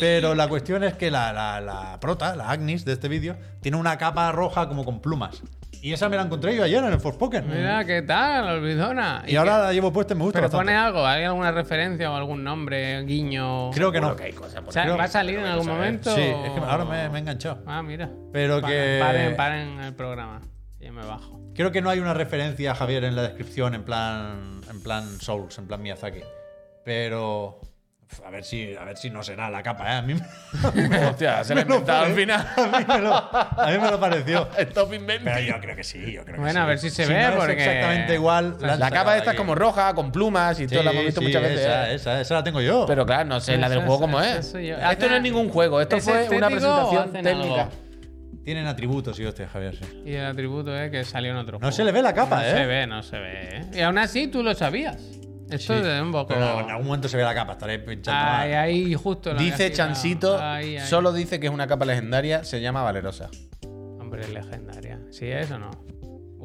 Pero la cuestión es que la, la- la prota, la Agnes de este vídeo, tiene una capa roja como con plumas. Y esa me la encontré yo ayer en el Forspoken. Mira, ¿qué tal? Olvidona. y ahora la llevo puesta y me gusta ¿Pero bastante. pone algo? ¿Hay alguna referencia o algún nombre, guiño? Creo que no. Seguro hay cosas por O sea, ahí. creo- ¿Va a salir en algún momento? Sí, es que ahora me, me he enganchado. Ah, mira. Pero Pa- que- Paren, paren el programa. Yo me bajo. Creo que no hay una referencia, Javier, en la descripción, en plan, en plan Souls, en plan Miyazaki. Pero uf, a ver si, a ver si no será la capa, ¿eh? A mí, me- [LAUGHS] Hostia, se lo he me lo inventado al pare- final. [LAUGHS] a mí me lo, a mí me lo pareció. Stop invento. Pero yo creo que sí, yo creo que sí. Bueno, a ver si se no ve, es porque. exactamente igual. han La sacado capa esta es aquí. como roja, con plumas y Sí, todo, la hemos visto sí, muchas veces. ¿eh? Esa, esa, esa la tengo yo. Pero claro, no sé la del Eso, juego eso, como eso, es. eso yo- Esto no es ¿Hacen- ningún juego, esto es fue una estético o presentación hacen algo? técnica. Tienen atributos, y hostia, Javier. sí. Y el atributo es que salió en otro No juego. se le ve la capa, No ¿eh? se ve, no se ve. ¿eh? Y aún así tú lo sabías. Esto es un poco. Pero en algún momento se ve la capa, estaré pinchando. Ay, mal. ahí justo lo había Dice citado. Chansito, Ay, ay. solo dice que es una capa legendaria, se llama Valerosa. Hombre, legendaria. ¿Sí es o no?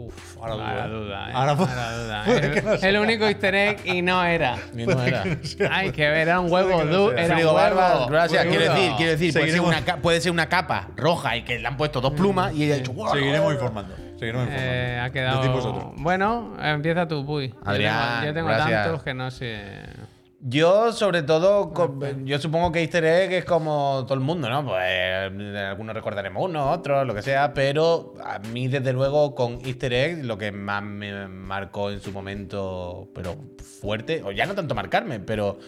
Uf, ahora dudo, ¿eh? duda. ¿eh? Ahora pu- Ahora [LAUGHS] duda. ¿eh? puede que no El, el único easter egg y no [LAUGHS] era. Ni no era. Hay que ver, era un huevo, du, era un Frigo huevo. Barba, gracias. duro. Quiero decir, quiero decir, puede ser, Seguiremos. una, ca- puede ser una capa roja y que le han puesto dos plumas y ella ha dicho, "Guau". Seguiremos informando. Seguiremos informando. Eh, ha Decid vosotros. quedado. Bueno, empieza tú, Puy. Yo Adrián, tengo- Yo tengo gracias. tantos que no sé. Yo, sobre todo, con- yo supongo que Easter Egg es como todo el mundo, ¿no? Pues eh, algunos recordaremos uno, otros, lo que sea, pero a mí, desde luego, con Easter Egg, lo que más me marcó en su momento, pero fuerte, o ya no tanto marcarme, pero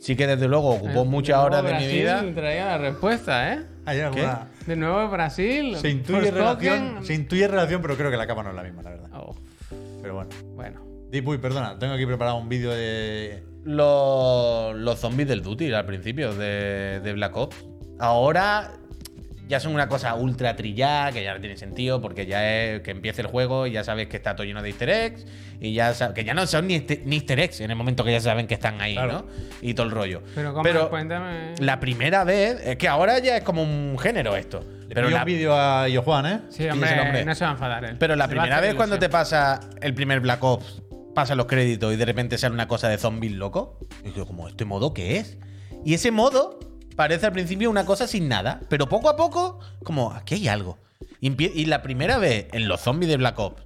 sí que desde luego ocupó muchas nuevo horas de mi Eh, Brasil vida. traía la respuesta, ¿eh? Hay alguna- De nuevo Brasil. Se intuye, Forspoken. relación, se intuye relación, pero creo que la capa no es la misma, la verdad. Oh, Pero bueno. bueno. Deep, uy, perdona, tengo aquí preparado un vídeo de. los, los zombies del Duty al principio de, de Black Ops. Ahora ya son una cosa ultra trillada, que ya no tiene sentido, porque ya es que empiece el juego y ya sabes que está todo lleno de easter eggs, y ya sa- que ya no son ni, este- ni easter eggs en el momento que ya saben que están ahí, Claro. ¿no? Y todo el rollo. Pero, ¿cómo? Pero Cuéntame. la primera vez, es que ahora ya es como un género esto. Le Pero pero la, un vídeo a Yo Juan, ¿eh? Sí, Díselo, hombre, hombre. no se va a enfadar él. Pero la Se va a primera hacer vez cuando te ilusión. pasa el primer Black Ops, pasa los créditos y de repente sale una cosa de zombies loco, y yo como, ¿este modo qué es? Y ese modo parece al principio una cosa sin nada, pero poco a poco, como, aquí hay algo. Y, empie- y la primera vez en los zombies de Black Ops,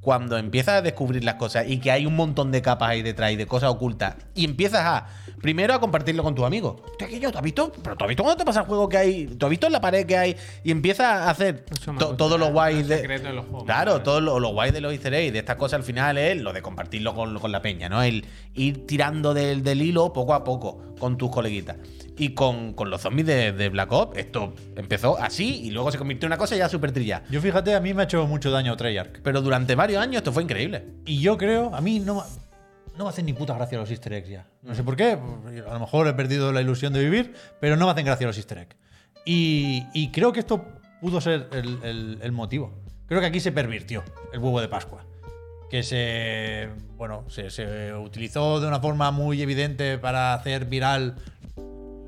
cuando empiezas a descubrir las cosas y que hay un montón de capas ahí detrás y de cosas ocultas, y empiezas a, primero a compartirlo con tus amigos. Hostia, que yo, ¿te has visto? Pero ¿te has visto cuando te pasa el juego que hay? ¿Te has visto en la pared que hay? Y empiezas a hacer Eso me to- gusta, todo lo guay los de... secretos de los juegos, claro, ¿no? todo lo, lo guay de los easter eggs, de estas cosas al final es lo de compartirlo con, con la peña, ¿no? El ir tirando del, del hilo poco a poco con tus coleguitas. Y con, con los zombies de, de Black Ops, esto empezó así y luego se convirtió en una cosa ya súper trillada. Yo fíjate, a mí me ha hecho mucho daño Treyarch. Pero durante varios años esto fue increíble. Y yo creo, a mí no, me- no me hacen ni puta gracia los easter eggs ya. No sé por qué, a lo mejor he perdido la ilusión de vivir, pero no me hacen gracia los easter eggs. Y, y creo que esto pudo ser el, el- el motivo. Creo que aquí se pervirtió el huevo de Pascua. Que se, bueno, se, se utilizó de una forma muy evidente para hacer viral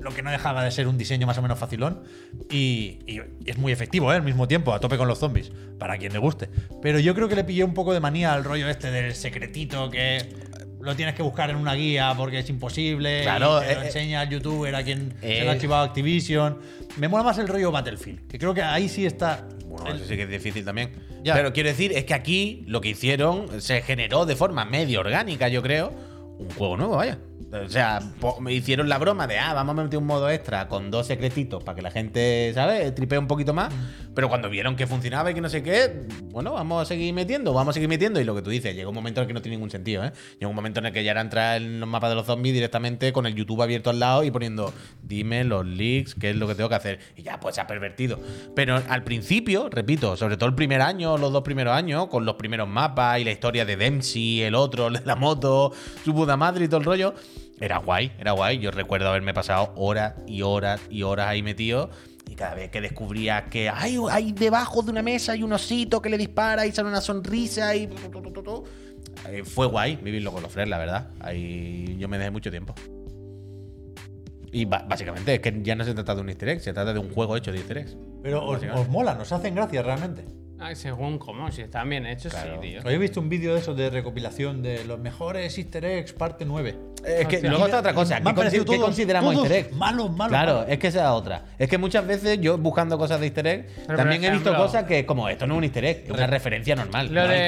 lo que no dejaba de ser un diseño más o menos facilón. Y, y es muy efectivo, ¿eh? Al mismo tiempo, a tope con los zombies, para quien le guste. Pero yo creo que le pillé un poco de manía al rollo este del secretito que lo tienes que buscar en una guía porque es imposible. Claro, y te lo eh, enseña el youtuber a quien se eh. lo ha chivado Activision. Me mola más el rollo Battlefield, que creo que ahí sí está. Bueno, el- eso sí que es difícil también. Ya. Pero quiero decir, es que aquí lo que hicieron se generó de forma medio orgánica, yo creo, un juego nuevo, vaya. O sea, po- me hicieron la broma de, ah, vamos a meter un modo extra con dos secretitos para que la gente, ¿sabes?, tripee un poquito más. Pero cuando vieron que funcionaba y que no sé qué, bueno, vamos a seguir metiendo, vamos a seguir metiendo. Y lo que tú dices, llega un momento en el que no tiene ningún sentido, ¿eh? Llega un momento en el que ya era entrar en los mapas de los zombies directamente con el YouTube abierto al lado y poniendo, dime los leaks, qué es lo que tengo que hacer. Y ya, pues se ha pervertido. Pero al principio, repito, sobre todo el primer año, los dos primeros años, con los primeros mapas y la historia de Dempsey, el otro, el de la moto, su puta madre y todo el rollo. Era guay, era guay. Yo recuerdo haberme pasado horas y horas y horas ahí metido. Y cada vez que descubría que hay, hay debajo de una mesa hay un osito que le dispara y sale una sonrisa y. tu, tu, tu, tu, tu. Eh, Fue guay vivirlo con los Fres, la verdad. Ahí yo me dejé mucho tiempo. Y ba- básicamente es que ya no se trata de un easter egg, se trata de un juego hecho de easter eggs. Ah, Pero os, Básicamente. os mola, nos hacen gracia realmente. Ay, según cómo, si están bien hechos, Claro. sí, tío. Habéis visto un vídeo de eso de recopilación de los mejores easter eggs parte 9. Eh, Es que Hostia. luego está otra cosa. Me ¿Qué, han parecido consi- qué todos- consideramos todos easter egg? malos, malos, Claro, malos. es que esa es otra. Es que muchas veces yo buscando cosas de easter egg Pero, también por he visto ejemplo, cosas que es como esto no es un easter egg, es una referencia normal. Lo No es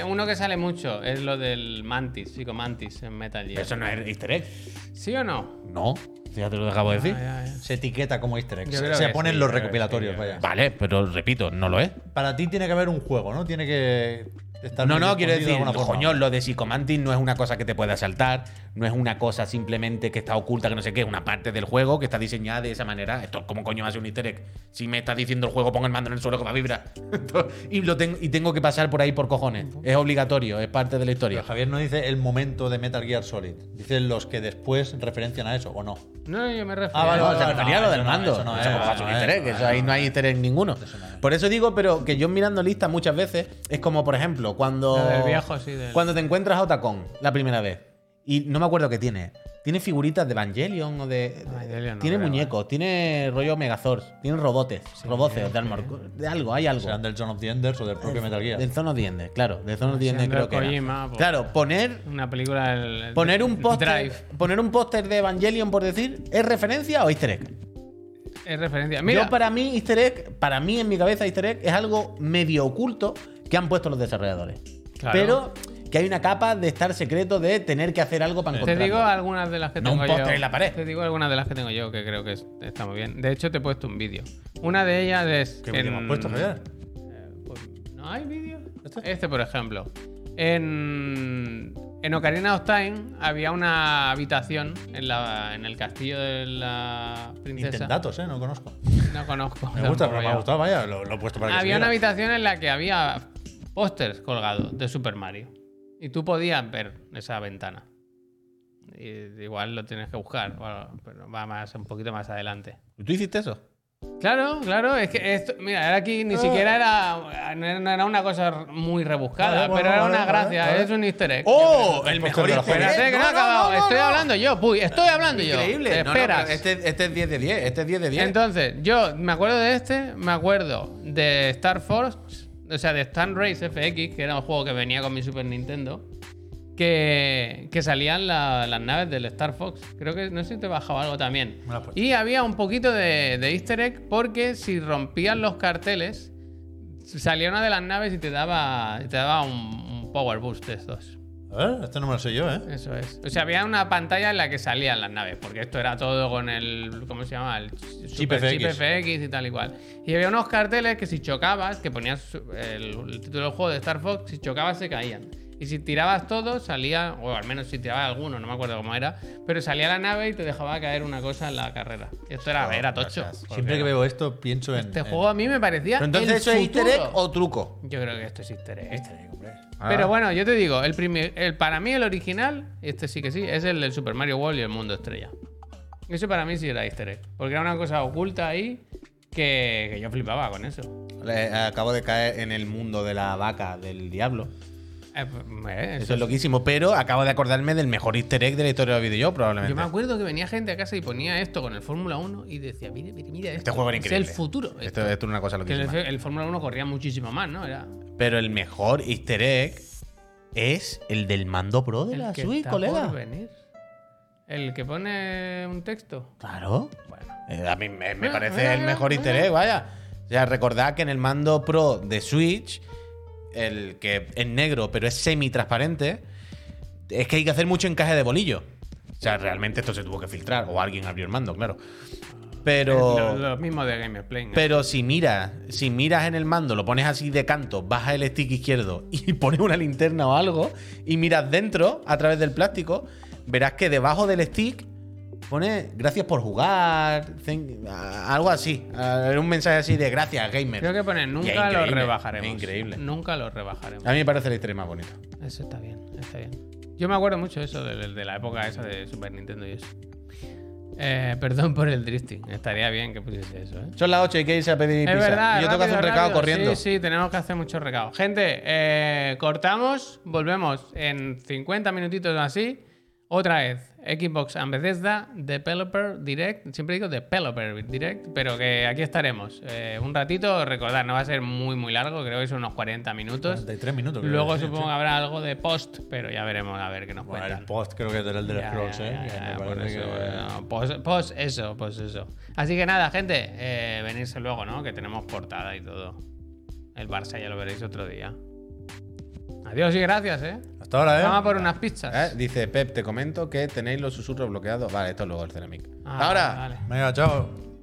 todo- de uno que sale mucho es lo del Mantis, chico Mantis en Metal Gear. Eso no es easter egg. ¿Sí o no? No, ya te lo acabo de decir. Ay, ay. Se etiqueta como easter egg. Yo Se, creo se que ponen sí, los yo creo que recopilatorios, sí, yo vaya. Vale, pero repito, no lo es. Para ti tiene que haber un juego, ¿no? Tiene que estar No, bien no, quiero escondido de decir, alguna forma. coño, lo de Psychomantis no es una cosa que te pueda saltar, no es una cosa simplemente que está oculta, que no sé qué, es una parte del juego que está diseñada de esa manera. Esto, ¿cómo coño hace un easter egg? Si me estás diciendo el juego, pongo el mando en el suelo que va a vibrar. [LAUGHS] Esto- y, lo tengo, y tengo que pasar por ahí por cojones. Es obligatorio, es parte de la Pero historia. Javier no dice el momento de Metal Gear Solid. Dice los que después referencian a eso, ¿o no? No, yo me refiero. Ah, vale, No, vale, se vale. refería no, a lo del eso no, mando. eso no Eso es, como eso hace no un es, easter egg, eso no eso ahí no hay easter egg ninguno. Por eso digo, pero que yo mirando listas muchas veces es como, por ejemplo, cuando. Lo del viejo, sí, del- Cuando te encuentras a Otacon la primera vez. Y no me acuerdo qué tiene. Tiene figuritas de Evangelion o de. No, Ah, Evangelion no, tiene creo, ¿eh? muñecos, tiene rollo Megazords, tiene robotes, robotes de Armor Core, de algo, hay algo. Serán del John of the Enders o del propio Metal Gear. Del Zone of the Enders, claro. Del Zone of the Si Enders Andor creo que era. Kojima, pues- Claro, poner Una película del. Poner un póster Drive. poner un póster de Evangelion, por decir, ¿es referencia o easter egg? Es referencia. Mira, Yo para mí, easter egg, para mí en mi cabeza easter egg es algo medio oculto que han puesto los desarrolladores. Claro. Pero que hay una capa de estar secreto de tener que hacer algo para te encontrarlo. digo algunas de las que No un tengo yo. póster en la pared. Te digo algunas de las que tengo yo que creo que es- está muy bien. De hecho, te he puesto un vídeo. Una de ellas es. ¿Qué vídeo en- hemos puesto, Javier? Eh, pues, ¿No hay vídeo? ¿Este? ¿Este? por ejemplo. En, en Ocarina of Time había una habitación en, la, en el castillo de la princesa. Intendatos, ¿eh? No conozco. No conozco. Me gusta, tampoco pero me yo. ha gustado, vaya. Lo, lo he puesto para que se Había viera. una habitación en la que había pósters colgados de Super Mario. Y tú podías ver esa ventana. Y igual lo tienes que buscar, o algo, pero va más un poquito más adelante. ¿Tú hiciste eso? Claro, claro, es que esto, mira, era aquí ni siquiera era, no era- no era una cosa muy rebuscada, Vale, bueno, pero era vale, una vale, gracia, vale. es un easter egg. ¡Oh! El mejor mejor easter easter Espérate, que no, he acabado, estoy hablando yo, puy, estoy hablando yo. Increíble. Te esperas. este, este es 10 de 10. Este es 10 de 10. Entonces, yo me acuerdo de este, me acuerdo de Star Force, o sea, de Stan Race FX, que era un juego que venía con mi Super Nintendo, que, que salían la- las naves del Star Fox. Creo que no sé si te bajaba algo también. Me la has puesto. Y había un poquito de, de easter egg porque si rompían los carteles, salía una de las naves y te daba, y te daba un, un power boost de estos. A ver, este no me lo sé yo, ¿eh? Eso es. O sea, había una pantalla en la que salían las naves, porque esto era todo con el. ¿Cómo se llama? El ch- super FX. chip FX y tal y cual. Y había unos carteles que si chocabas, que ponías su- el, el título del juego de Star Fox, si chocabas se caían. Y si tirabas todo, salía, o al menos si tirabas alguno, no me acuerdo cómo era, pero salía la nave y te dejaba caer una cosa en la carrera. Esto era, era tocho. Siempre que veo esto pienso en. Este en- juego a mí me parecía. Pero entonces, el ¿eso es easter egg futuro. o truco? Yo creo que esto es easter egg. Ah. Pero bueno, yo te digo, el primer, el, para mí el original, este sí que sí, es el del Super Mario World y el mundo estrella. Eso para mí sí era easter egg. Porque era una cosa oculta ahí que, que yo flipaba con eso. Le- eh, acabo de caer en el mundo de la vaca del diablo. Eh, pues, eh, Eso es loquísimo, pero acabo de acordarme del mejor easter egg de la historia del videojuego, probablemente. Yo me acuerdo que venía gente a casa y ponía esto con el Fórmula 1 y decía, mira, mira, mira, esto Este juego era increíble. es el futuro. Esto, esto". esto es una cosa que loquísima. el, el Fórmula 1 corría muchísimo más, ¿no? Era Pero el mejor easter egg es el del mando pro de el la que Switch, está colega. por venir. El que pone un texto. Claro. Bueno. Eh, a mí me, me Ah, parece mira, el mira, mejor easter mira. egg, vaya. O sea, recordad que en el mando pro de Switch, el que es negro pero es semi-transparente, es que hay que hacer mucho encaje de bolillo. O sea, realmente esto se tuvo que filtrar, o alguien abrió el mando, claro. Pero. [LAUGHS] Lo, lo mismo de Gameplay. Pero si miras, si miras en el mando, lo pones así de canto, bajas el stick izquierdo [LAUGHS] y pones una linterna o algo, y miras dentro a través del plástico, verás que debajo del stick pone gracias por jugar, thank- a- algo así. a- un mensaje así de gracias, gamer. Creo que ponen Y es nunca lo increíble, rebajaremos. es increíble. Ah. Nunca lo rebajaremos. A mí me parece la historia más bonita. Eso está bien, está bien. Yo me acuerdo mucho de eso, de, de- de la época esa de Super Nintendo y eso. Eh, perdón por el drifting. Estaría bien que pusiese eso, ¿eh? Son las 8 y que irse a pedir Es pizza. verdad. Yo tengo que hacer rápido, un recado rápido. corriendo. Sí, sí, tenemos que hacer muchos recados. Gente, eh, cortamos, volvemos en 50 minutitos o así. Otra vez, Xbox and Bethesda, Developer Direct. Siempre digo Developer Direct, pero que aquí estaremos. Eh, un ratito, recordad, no va a ser muy, muy largo, creo que son unos 40 minutos. 43 minutos. creo Luego que sí, supongo sí. que habrá algo de post, pero ya veremos a ver qué nos Bueno, el cuentan. post creo que es el de los Ya, Scrolls, ya, ¿eh? ya, Que me ya, por parece eso, que- bueno, pues, pues eso, pues eso. Así que nada, gente, eh, venirse luego, ¿no? Que tenemos portada y todo. El Barça ya lo veréis otro día. Adiós y gracias, ¿eh? Hasta ahora, ¿eh? Vamos a por unas pizzas. Eh, Dice Pep, te comento que tenéis los susurros bloqueados. Vale, esto es luego el Ceramic. Ah, Ahora. vale. Venga, chao.